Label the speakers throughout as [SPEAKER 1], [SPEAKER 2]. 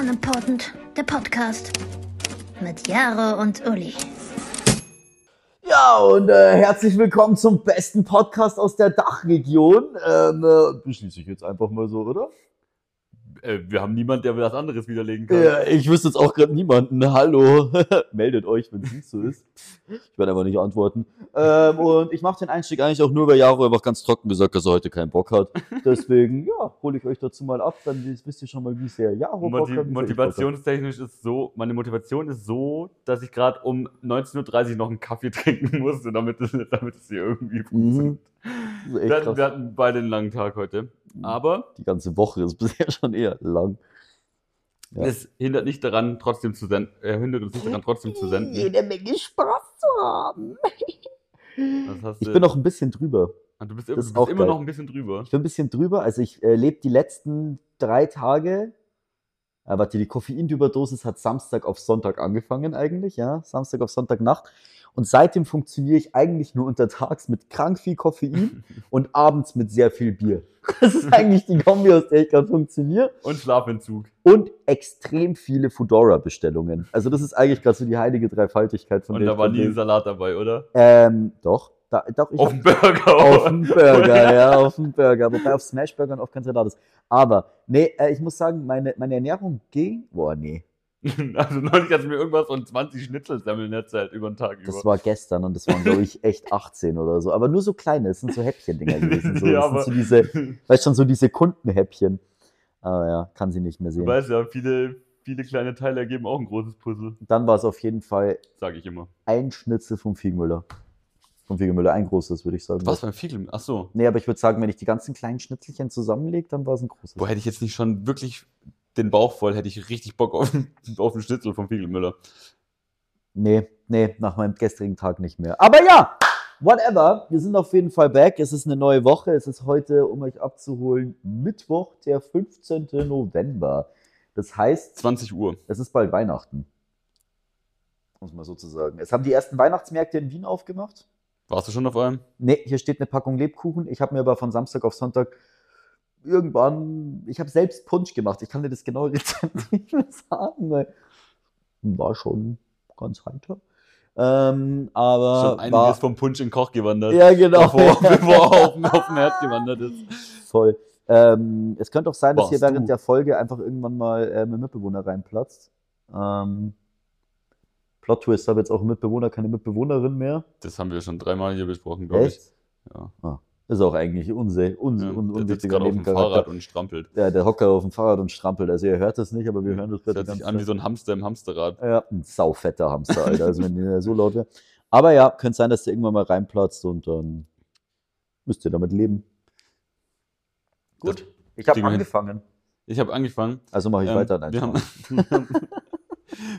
[SPEAKER 1] Unimportant, der Podcast mit Jaro und Uli.
[SPEAKER 2] Ja, und äh, herzlich willkommen zum besten Podcast aus der Dachregion. Ähm, äh, beschließe ich jetzt einfach mal so, oder?
[SPEAKER 3] Äh, wir haben niemanden, der mir das anderes widerlegen kann.
[SPEAKER 2] Ja, ich wüsste jetzt auch gerade niemanden. Hallo, meldet euch, wenn es so ist. Ich werde aber nicht antworten. Ähm, und ich mache den Einstieg eigentlich auch nur, weil Jaro einfach ganz trocken gesagt, dass er heute keinen Bock hat. Deswegen, ja, hole ich euch dazu mal ab, dann wisst ihr schon mal, wie sehr Jaro Bock
[SPEAKER 3] Moti
[SPEAKER 2] hat. wie sehr ich Bock hab.
[SPEAKER 3] motivationstechnisch ist so, meine Motivation ist so, dass ich gerade um 19.30 Uhr noch einen Kaffee trinken musste, damit es, damit es hier irgendwie
[SPEAKER 2] Mhm.
[SPEAKER 3] funktioniert.
[SPEAKER 2] Das ist
[SPEAKER 3] Wir
[SPEAKER 2] echt
[SPEAKER 3] hatten, wir
[SPEAKER 2] krass. Mhm.
[SPEAKER 3] hatten beide einen langen Tag heute. Aber
[SPEAKER 2] Die ganze Woche ist bisher schon eher lang. Ja.
[SPEAKER 3] es hindert nicht daran, trotzdem zu senden. Äh, hindert uns nicht daran, trotzdem zu senden.
[SPEAKER 2] Menge Spaß zu haben.
[SPEAKER 3] Das hast
[SPEAKER 2] Ich
[SPEAKER 3] du-
[SPEAKER 2] bin noch ein bisschen drüber.
[SPEAKER 3] Ah, du bist, du
[SPEAKER 2] das ist
[SPEAKER 3] bist
[SPEAKER 2] auch
[SPEAKER 3] immer
[SPEAKER 2] geil.
[SPEAKER 3] noch ein bisschen drüber.
[SPEAKER 2] Ich bin ein bisschen drüber. Also ich äh, lebe die letzten drei Tage. Äh, warte, die Koffeinüberdosis hat Samstag auf Sonntag angefangen eigentlich, ja. Samstag auf Sonntagnacht. Und seitdem funktioniere ich eigentlich nur untertags mit krank viel Koffein und abends mit sehr viel Bier. Das ist eigentlich die Kombi, aus der ich gerade funktioniere.
[SPEAKER 3] Und Schlafentzug.
[SPEAKER 2] Und extrem viele Foodora-Bestellungen. Also das ist eigentlich gerade so die heilige Dreifaltigkeit von
[SPEAKER 3] Und
[SPEAKER 2] der
[SPEAKER 3] da
[SPEAKER 2] ich
[SPEAKER 3] war
[SPEAKER 2] gerade
[SPEAKER 3] nie ein
[SPEAKER 2] lebe.
[SPEAKER 3] Salat dabei, oder?
[SPEAKER 2] Ähm, doch. Da, doch, ich hab-
[SPEAKER 3] auf dem Burger.
[SPEAKER 2] auf dem Burger, ja, auf dem Burger. Wobei auf Smashburgern oft kein Salat ist. Aber, nee, äh, ich muss sagen, meine, meine Ernährung ging. Boah, nee.
[SPEAKER 3] Also neulich hat sie mir irgendwas von 20 Schnitzelsemmeln erzählt über den Tag
[SPEAKER 2] Das
[SPEAKER 3] über.
[SPEAKER 2] war gestern und das waren, glaube ich, echt 18 oder so. Aber nur so kleine, es sind so Häppchen-Dinger gewesen. So,
[SPEAKER 3] Ja,
[SPEAKER 2] das
[SPEAKER 3] aber-
[SPEAKER 2] sind so diese, weißt schon, so diese Kundenhäppchen. Aber ja, kann sie nicht mehr
[SPEAKER 3] Du
[SPEAKER 2] sehen.
[SPEAKER 3] weißt ja, viele, viele kleine Teile ergeben auch ein großes Puzzle,
[SPEAKER 2] Dann war es auf jeden Fall
[SPEAKER 3] sage ich immer.
[SPEAKER 2] ein Schnitzel vom Fiegenmüller. Vom Fiegenmüller, ein großes, würde ich sagen.
[SPEAKER 3] Was beim Fiegel? Ach so.
[SPEAKER 2] Nee, aber ich würde sagen, wenn ich die ganzen kleinen Schnitzelchen zusammenlege, dann war es ein großes.
[SPEAKER 3] Boah, hätte ich jetzt nicht schon wirklich den Bauch voll, hätte ich richtig Bock auf, auf einen Schnitzel vom Fiegelmüller.
[SPEAKER 2] Nee, nee, nach meinem gestrigen Tag nicht mehr. Aber ja, whatever. Wir sind auf jeden Fall back. Es ist eine neue Woche. Es ist heute, um euch abzuholen, Mittwoch, der 15. November. Das heißt,
[SPEAKER 3] 20 Uhr.
[SPEAKER 2] es ist bald Weihnachten. Muss man sozusagen. Es haben die ersten Weihnachtsmärkte in Wien aufgemacht.
[SPEAKER 3] Warst du schon auf einem?
[SPEAKER 2] Nee, hier steht eine Packung Lebkuchen. Ich habe mir aber von Samstag auf Sonntag irgendwann, ich habe selbst Punsch gemacht. Ich kann dir das genaue Rezept nicht mehr sagen, weil war schon ganz heiter. Ähm, aber
[SPEAKER 3] schon einiges
[SPEAKER 2] war,
[SPEAKER 3] vom Punsch in den Koch gewandert.
[SPEAKER 2] ja genau,
[SPEAKER 3] Bevor, bevor er auf, auf den Herd gewandert ist.
[SPEAKER 2] voll. Ähm, es könnte auch sein, dass
[SPEAKER 3] Warst
[SPEAKER 2] hier während
[SPEAKER 3] du.
[SPEAKER 2] der Folge einfach irgendwann mal äh, mein Mitbewohner reinplatzt. Ähm, Plot Twist, habe jetzt auch einen Mitbewohner, keine Mitbewohnerin mehr.
[SPEAKER 3] Das haben wir schon dreimal hier besprochen, glaube ich. Ja.
[SPEAKER 2] Ah, ist auch eigentlich unse un
[SPEAKER 3] Ja,
[SPEAKER 2] un
[SPEAKER 3] der sitzt
[SPEAKER 2] unwitziger
[SPEAKER 3] gerade auf dem
[SPEAKER 2] Nebencharakter.
[SPEAKER 3] Fahrrad und strampelt.
[SPEAKER 2] Ja, der hockt gerade auf dem Fahrrad und strampelt. Also ihr hört das nicht, aber wir hören das
[SPEAKER 3] Das
[SPEAKER 2] gerade
[SPEAKER 3] hört
[SPEAKER 2] die
[SPEAKER 3] sich
[SPEAKER 2] ganze
[SPEAKER 3] an wie
[SPEAKER 2] Zeit.
[SPEAKER 3] so ein Hamster im Hamsterrad.
[SPEAKER 2] Ja, ein saufetter Hamster, Alter. Also wenn der so laut wäre. Aber ja, könnte sein, dass der irgendwann mal reinplatzt und dann müsst ihr damit leben. Gut.
[SPEAKER 3] Das-
[SPEAKER 2] Ich habe
[SPEAKER 3] kriegen wir hin.
[SPEAKER 2] angefangen.
[SPEAKER 3] Ich habe angefangen.
[SPEAKER 2] Also mache ich
[SPEAKER 3] Ähm,
[SPEAKER 2] weiter. Nein,
[SPEAKER 3] wir
[SPEAKER 2] Spaß.
[SPEAKER 3] haben,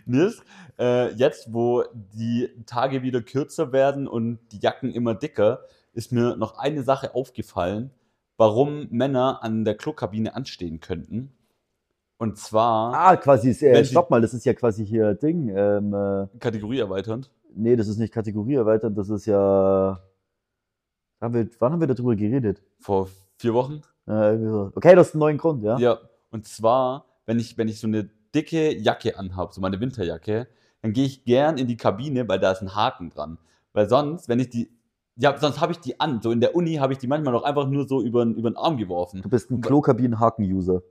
[SPEAKER 3] Mir ist äh, jetzt, wo die Tage wieder kürzer werden und die Jacken immer dicker, ist mir noch eine Sache aufgefallen, warum Männer an der Klokabine anstehen könnten. Und zwar
[SPEAKER 2] ah, quasi, ist, äh,
[SPEAKER 3] Wenn sie-
[SPEAKER 2] stopp mal, das ist ja quasi hier Ding. Ähm, äh,
[SPEAKER 3] Kategorie erweiternd.
[SPEAKER 2] nee, das ist nicht Kategorie erweitert, das ist ja... Haben wir, wann haben wir darüber geredet?
[SPEAKER 3] Vor vier Wochen.
[SPEAKER 2] Äh, irgendwie so. okay, das ist ein neuen Grund, ja?
[SPEAKER 3] Ja. Und zwar, wenn ich, wenn ich so eine dicke Jacke anhabe, so meine Winterjacke, dann gehe ich gern in die Kabine, weil da ist ein Haken dran. Weil sonst, wenn ich die. Ja, sonst habe ich die an. So in der Uni habe ich die manchmal noch einfach nur so über, über den Arm geworfen.
[SPEAKER 2] Du bist ein Klokabinenhaken-User.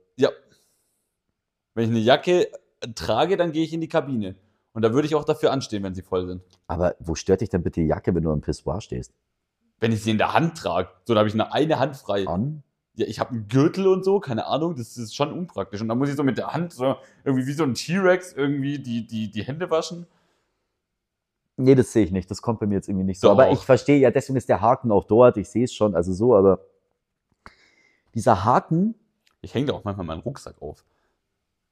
[SPEAKER 3] Wenn ich eine Jacke äh, trage, dann gehe ich in die Kabine. Und da würde ich auch dafür anstehen, wenn sie voll sind.
[SPEAKER 2] Aber wo stört dich denn bitte die Jacke, wenn du am Pissoir stehst?
[SPEAKER 3] Wenn ich sie in der Hand trage, so da habe ich eine, eine Hand frei.
[SPEAKER 2] An?
[SPEAKER 3] Ja, ich habe einen Gürtel und so, keine Ahnung, das ist schon unpraktisch. Und dann muss ich so mit der Hand so irgendwie wie so ein T-Rex irgendwie die, die, die Hände waschen.
[SPEAKER 2] Nee, das sehe ich nicht. Das kommt bei mir jetzt irgendwie nicht so.
[SPEAKER 3] Doch.
[SPEAKER 2] Aber ich verstehe, ja, deswegen ist der Haken auch dort. Ich sehe es schon, also so, aber dieser Haken,
[SPEAKER 3] Ich hänge da auch manchmal meinen Rucksack auf,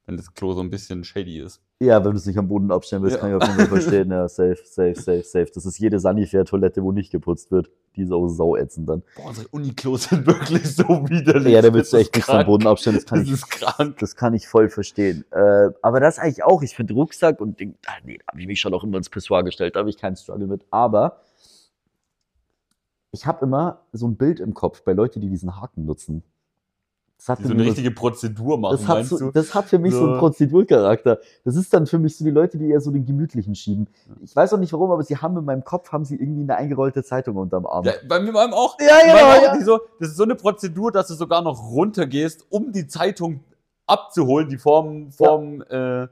[SPEAKER 3] wenn das Klo so ein bisschen shady ist.
[SPEAKER 2] ja, wenn du es nicht am Boden abstellen willst,
[SPEAKER 3] Ja.
[SPEAKER 2] kann ich auf jeden Fall verstehen. Ja, safe, safe, safe, safe. Das ist jede Sanifair-Toilette, wo nicht geputzt wird. Die ist auch sauätzend dann.
[SPEAKER 3] Boah, unsere Uniklos sind wirklich so widerlich.
[SPEAKER 2] Ja, da willst du
[SPEAKER 3] Das
[SPEAKER 2] echt
[SPEAKER 3] ist
[SPEAKER 2] nicht am
[SPEAKER 3] krank.
[SPEAKER 2] Boden abstellen. Das kann
[SPEAKER 3] Das
[SPEAKER 2] ich
[SPEAKER 3] ist krank.
[SPEAKER 2] Das kann ich voll verstehen. Äh, aber das eigentlich auch. Ich finde Rucksack und Ding, ah, nee, da habe ich mich schon auch immer ins Pissoir gestellt. Da habe ich keinen Struggle mit. Aber ich habe immer so ein Bild im Kopf bei Leuten, die diesen Haken nutzen. Das hat
[SPEAKER 3] Die so eine richtige Prozedur machen,
[SPEAKER 2] das hat,
[SPEAKER 3] meinst
[SPEAKER 2] so,
[SPEAKER 3] du?
[SPEAKER 2] das hat für mich so,
[SPEAKER 3] So.
[SPEAKER 2] einen Prozedurcharakter. Das ist dann für mich so die Leute, die eher so den gemütlichen schieben. Ich weiß auch nicht warum, aber sie haben in meinem Kopf haben sie irgendwie eine eingerollte Zeitung unterm Arm.
[SPEAKER 3] Ja, bei mir meinem auch.
[SPEAKER 2] Ja, genau,
[SPEAKER 3] Bei meinem auch
[SPEAKER 2] ja.
[SPEAKER 3] Die so, das ist so eine Prozedur, dass du sogar noch runtergehst, um die Zeitung abzuholen, die vorm, vorm, äh,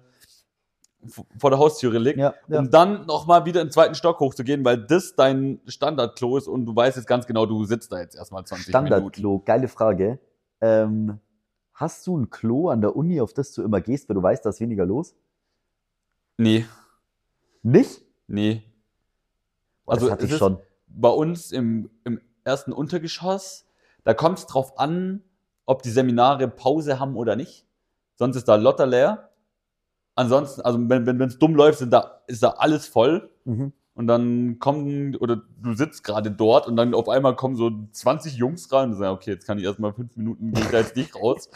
[SPEAKER 3] v- vor der Haustüre liegt.
[SPEAKER 2] Ja, ja.
[SPEAKER 3] Um dann nochmal wieder in den zweiten Stock hochzugehen, weil das dein Standardklo ist und du weißt jetzt ganz genau, du sitzt da jetzt erstmal 20 Minuten.
[SPEAKER 2] Standardklo, geile Frage. Ähm, hast du ein Klo an der Uni, auf das du immer gehst, weil du weißt, da ist weniger los?
[SPEAKER 3] Nee,
[SPEAKER 2] Nicht?
[SPEAKER 3] nee.
[SPEAKER 2] Boah,
[SPEAKER 3] Also,
[SPEAKER 2] das hatte
[SPEAKER 3] es
[SPEAKER 2] ich
[SPEAKER 3] ist-
[SPEAKER 2] schon.
[SPEAKER 3] bei uns im, im ersten Untergeschoss, da kommt es drauf an, ob die Seminare Pause haben oder nicht. Sonst ist da Lotter leer. Ansonsten, also wenn es dumm läuft, sind da, ist da alles voll.
[SPEAKER 2] Mhm.
[SPEAKER 3] Und dann kommen, oder du sitzt gerade dort und dann auf einmal kommen so 20 Jungs rein und sagen, okay, jetzt kann ich erstmal fünf Minuten, gehe ich da jetzt nicht raus.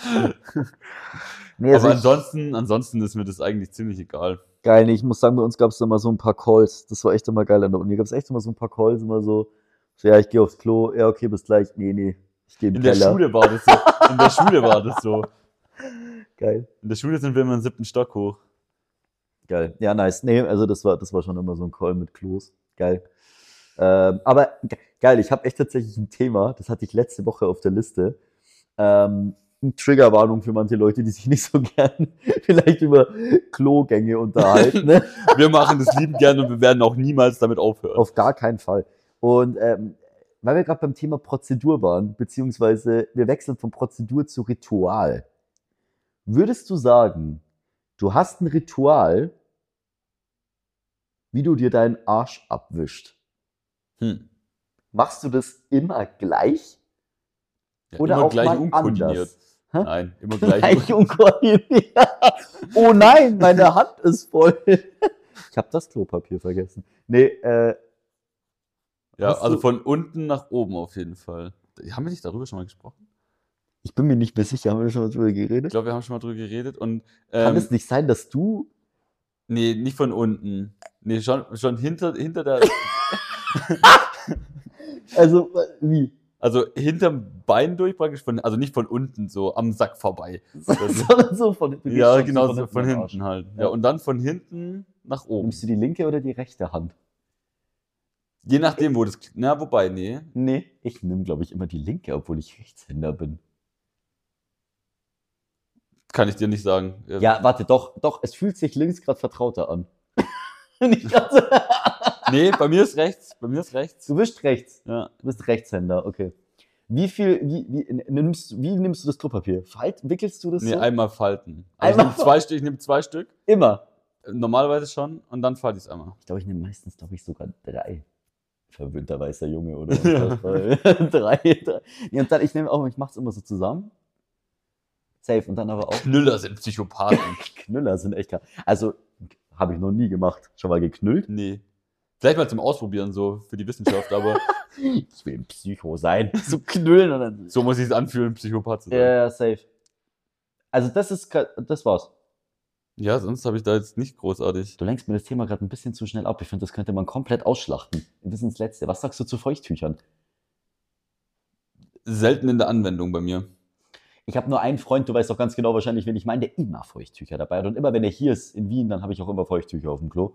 [SPEAKER 2] Nee, also
[SPEAKER 3] Aber
[SPEAKER 2] ich,
[SPEAKER 3] ansonsten, ansonsten ist mir das eigentlich ziemlich egal.
[SPEAKER 2] geil, nee, ich muss sagen, bei uns gab es immer so ein paar Calls. Das war echt immer geil an der Uni. Gab es echt immer so ein paar Calls, immer so, so ja, ich gehe aufs Klo, ja, okay, bis gleich. Nee, nee, ich gehe in den
[SPEAKER 3] In der
[SPEAKER 2] Keller.
[SPEAKER 3] Schule war das so. In der Schule war das so.
[SPEAKER 2] Geil.
[SPEAKER 3] In der Schule sind wir immer im siebten Stock hoch.
[SPEAKER 2] Geil. Ja, nice. Nee, also das war, das war schon immer so ein Call mit Klos. Geil. Ähm, aber ge- geil, ich habe echt tatsächlich ein Thema, das hatte ich letzte Woche auf der Liste. Ähm, eine Triggerwarnung für manche Leute, die sich nicht so gern vielleicht über Klogänge unterhalten. Ne?
[SPEAKER 3] Wir machen das lieben gerne und wir werden auch niemals damit aufhören.
[SPEAKER 2] Auf gar keinen Fall. Und ähm, weil wir gerade beim Thema Prozedur waren, beziehungsweise wir wechseln von Prozedur zu Ritual. Würdest du sagen, du hast ein Ritual, wie du dir deinen Arsch abwischt?
[SPEAKER 3] Hm.
[SPEAKER 2] Machst du das immer gleich?
[SPEAKER 3] Ja,
[SPEAKER 2] Oder
[SPEAKER 3] immer
[SPEAKER 2] auch
[SPEAKER 3] gleich
[SPEAKER 2] mal
[SPEAKER 3] unkoordiniert.
[SPEAKER 2] Hä?
[SPEAKER 3] Nein, immer gleich.
[SPEAKER 2] Gleich unkoordiniert. Oh nein, meine Hand ist voll. Ich habe das Klopapier vergessen. Nee, äh,
[SPEAKER 3] ja,
[SPEAKER 2] Hast
[SPEAKER 3] also
[SPEAKER 2] du-
[SPEAKER 3] von unten nach oben auf jeden Fall. Haben wir nicht darüber schon mal gesprochen?
[SPEAKER 2] ich bin mir nicht mehr sicher, haben wir schon mal drüber geredet?
[SPEAKER 3] Ich glaube, wir haben schon mal drüber geredet und
[SPEAKER 2] Kann
[SPEAKER 3] ähm,
[SPEAKER 2] es nicht sein, dass du
[SPEAKER 3] nee, nicht von unten. Nee, schon, schon hinter, hinter der,
[SPEAKER 2] Also, wie?
[SPEAKER 3] also hinterm Bein durch praktisch, von, also nicht von unten, so am Sack vorbei. Das-
[SPEAKER 2] Sondern so von hinten.
[SPEAKER 3] ja, genau, so von
[SPEAKER 2] am Arsch.
[SPEAKER 3] hinten halt. Ja.
[SPEAKER 2] Ja.
[SPEAKER 3] und dann von hinten nach oben.
[SPEAKER 2] Nimmst du die linke oder die rechte Hand?
[SPEAKER 3] Je nachdem, wo das, na, wobei, nee.
[SPEAKER 2] Nee. Ich nehme, glaube ich, immer die linke, obwohl ich Rechtshänder bin.
[SPEAKER 3] Kann ich dir nicht sagen. Ja,
[SPEAKER 2] Ja, warte, doch, doch, es fühlt sich links gerade vertrauter an. Nicht ganz-
[SPEAKER 3] Nee, bei mir ist rechts, bei mir ist rechts.
[SPEAKER 2] du bist rechts.
[SPEAKER 3] Ja.
[SPEAKER 2] Du bist Rechtshänder, okay. Wie viel, wie, wie, n- nimmst, wie nimmst du das Klopapier? Falt, wickelst du das
[SPEAKER 3] Nee,
[SPEAKER 2] so?
[SPEAKER 3] einmal falten. Also
[SPEAKER 2] Einmal
[SPEAKER 3] ich nehme zwei, Stück- ich nehm zwei Stück,
[SPEAKER 2] Immer.
[SPEAKER 3] normalerweise schon, und dann falte ich es einmal.
[SPEAKER 2] Ich glaube, ich nehme meistens, glaube ich, sogar drei. Verwöhnter weißer Junge oder
[SPEAKER 3] Ja.
[SPEAKER 2] unfassbar. drei, drei. Nee, und dann, ich nehme auch, ich mache es immer so zusammen. Safe. Und dann aber auch
[SPEAKER 3] Knüller sind Psychopathen.
[SPEAKER 2] Knüller sind echt krass. Also, habe ich noch nie gemacht. Schon mal geknüllt?
[SPEAKER 3] nee. Vielleicht mal zum Ausprobieren, so für die Wissenschaft, aber
[SPEAKER 2] Ich will ein Psycho sein. So knüllen und dann.
[SPEAKER 3] so muss ich es anfühlen, Psychopath zu
[SPEAKER 2] Ja,
[SPEAKER 3] sein.
[SPEAKER 2] ja, safe. Also, das ist, ka- das war's.
[SPEAKER 3] Ja, sonst habe ich da jetzt nicht großartig.
[SPEAKER 2] Du lenkst mir das Thema gerade ein bisschen zu schnell ab. Ich finde, das könnte man komplett ausschlachten. Bis ins Letzte. Was sagst du zu Feuchttüchern?
[SPEAKER 3] Selten in der Anwendung bei mir.
[SPEAKER 2] Ich habe nur einen Freund, du weißt doch ganz genau wahrscheinlich, wen ich meine, der immer Feuchttücher dabei hat. Und immer, wenn er hier ist in Wien, dann habe ich auch immer Feuchttücher auf dem Klo.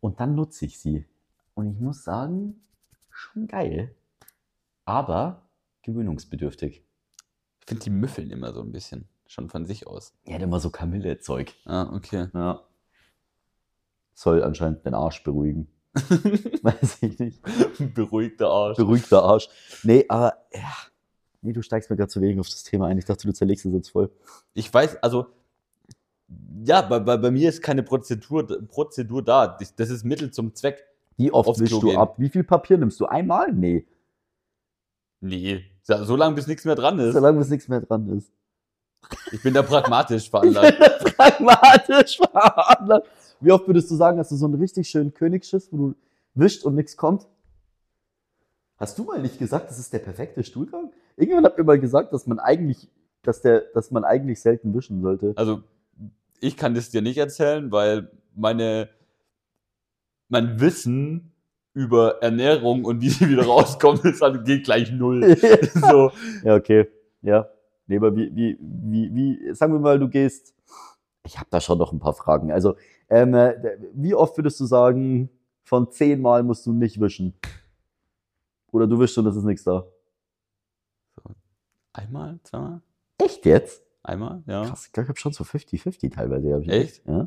[SPEAKER 2] Und dann nutze ich sie. Und ich muss sagen, schon geil. Aber gewöhnungsbedürftig.
[SPEAKER 3] Ich finde, die müffeln immer so ein bisschen. Schon von sich aus.
[SPEAKER 2] Er hat immer so Kamille-Zeug.
[SPEAKER 3] Ah, okay.
[SPEAKER 2] Ja. Soll anscheinend den Arsch beruhigen. Weiß ich nicht.
[SPEAKER 3] Beruhigter Arsch.
[SPEAKER 2] Beruhigter Arsch. Nee, aber ja. Nee, du steigst mir gerade zu wenig auf das Thema ein. Ich dachte, du zerlegst es jetzt voll.
[SPEAKER 3] Ich weiß, also, ja, bei, bei, bei mir ist keine Prozedur, Prozedur da. Das das ist Mittel zum Zweck.
[SPEAKER 2] Wie oft
[SPEAKER 3] Aufs
[SPEAKER 2] wischst
[SPEAKER 3] Klo
[SPEAKER 2] du
[SPEAKER 3] gehen.
[SPEAKER 2] ab? Wie viel Papier nimmst du? Einmal? Nee.
[SPEAKER 3] Nee, so so lange bis nichts mehr dran ist.
[SPEAKER 2] Solange bis nichts mehr dran ist.
[SPEAKER 3] Ich bin da pragmatisch veranlagt.
[SPEAKER 2] Pragmatisch verhandeln. Wie oft würdest du sagen, hast du so einen richtig schönen Königsschiff, wo du wischt und nichts kommt? Hast du mal nicht gesagt, das ist der perfekte Stuhlgang? Irgendwann hat mir mal gesagt, dass man eigentlich, dass der, dass man eigentlich selten wischen sollte.
[SPEAKER 3] Also, ich kann das dir nicht erzählen, weil meine, mein Wissen über Also, Ernährung und wie sie wieder rauskommt, ist halt, geht gleich null. so,
[SPEAKER 2] ja, okay. Ja. Nee, aber wie, wie, wie, wie, sagen wir mal, du gehst. Ich habe da schon noch ein paar Fragen. Also, ähm, äh, wie oft würdest du sagen, von zehn Mal musst du nicht wischen? Oder du wischst und es ist nichts da?
[SPEAKER 3] Einmal, zweimal?
[SPEAKER 2] Echt jetzt?
[SPEAKER 3] Einmal, ja.
[SPEAKER 2] Krass, ich glaube, ich habe schon so 50-50 teilweise. hab ich-
[SPEAKER 3] Echt?
[SPEAKER 2] Ja.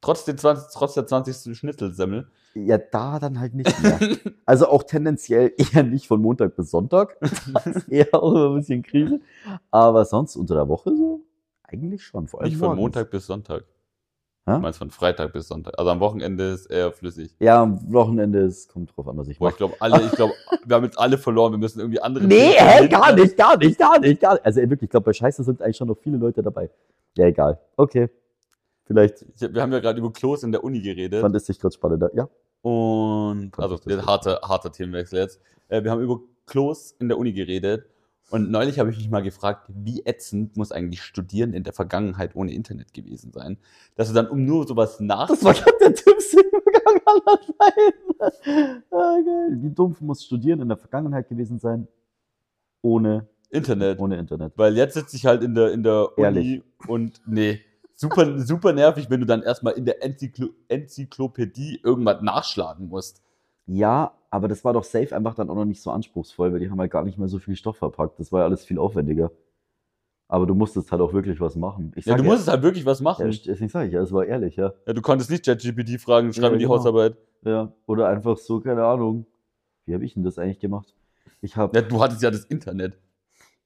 [SPEAKER 3] Trotz, den 20, trotz der 20. Schnitzelsemmel.
[SPEAKER 2] Ja, da dann halt nicht mehr. Also auch tendenziell eher nicht von Montag bis Sonntag. Das ist eher auch immer ein bisschen Krise. Aber sonst unter der Woche so? Eigentlich schon. Vor allem
[SPEAKER 3] Nicht von
[SPEAKER 2] morgens.
[SPEAKER 3] Montag bis Sonntag.
[SPEAKER 2] Hä?
[SPEAKER 3] Du meinst von Freitag bis Sonntag. Also am Wochenende ist eher flüssig.
[SPEAKER 2] Ja, am Wochenende es kommt drauf an, was ich
[SPEAKER 3] Boah,
[SPEAKER 2] mache.
[SPEAKER 3] ich glaube, alle, ich glaube, wir haben jetzt alle verloren. Wir müssen irgendwie andere.
[SPEAKER 2] Nee,
[SPEAKER 3] Themen
[SPEAKER 2] hä,
[SPEAKER 3] finden.
[SPEAKER 2] gar nicht, gar nicht, gar nicht, gar nicht. Also ey, wirklich, ich glaube, bei Scheiße sind eigentlich schon noch viele Leute dabei. Ja, egal. Okay. Vielleicht
[SPEAKER 3] Ich, hab- wir haben ja gerade über Klos in der Uni geredet.
[SPEAKER 2] fand es sich gerade spannender. Ja.
[SPEAKER 3] Und,
[SPEAKER 2] Kommt
[SPEAKER 3] also,
[SPEAKER 2] auf das
[SPEAKER 3] der harte, harter Themenwechsel jetzt. Äh, wir haben über Klos in der Uni geredet. Und neulich habe ich mich mal gefragt, wie ätzend muss eigentlich Studieren in der Vergangenheit ohne Internet gewesen sein? Dass du dann um nur sowas nach.
[SPEAKER 2] Das war gerade der dümmste Übergang aller Zeiten. Ah, geil. Wie dumpf muss Studieren in der Vergangenheit gewesen sein? Ohne,
[SPEAKER 3] Internet.
[SPEAKER 2] ohne Internet.
[SPEAKER 3] Weil jetzt sitze ich halt in der, in der Uni
[SPEAKER 2] Ehrlich.
[SPEAKER 3] und nee. Super, super nervig, wenn du dann erstmal in der Enzyklo Enzyklopädie irgendwas nachschlagen musst.
[SPEAKER 2] Ja, aber das war doch safe einfach dann auch noch nicht so anspruchsvoll, weil die haben halt gar nicht mehr so viel Stoff verpackt. Das war ja alles viel aufwendiger. Aber du musstest halt auch wirklich was machen. Ich
[SPEAKER 3] Ja,
[SPEAKER 2] sag
[SPEAKER 3] du musstest halt wirklich was
[SPEAKER 2] ja,
[SPEAKER 3] machen.
[SPEAKER 2] ja, deswegen sag ich ja, es war ehrlich, ja.
[SPEAKER 3] Ja, du konntest nicht ChatGPT fragen, schreib
[SPEAKER 2] Ja,
[SPEAKER 3] mir die
[SPEAKER 2] genau.
[SPEAKER 3] Hausarbeit.
[SPEAKER 2] Ja, oder einfach so, keine Ahnung. Wie habe ich denn das eigentlich gemacht? Ich habe,
[SPEAKER 3] Ja, du hattest ja das Internet.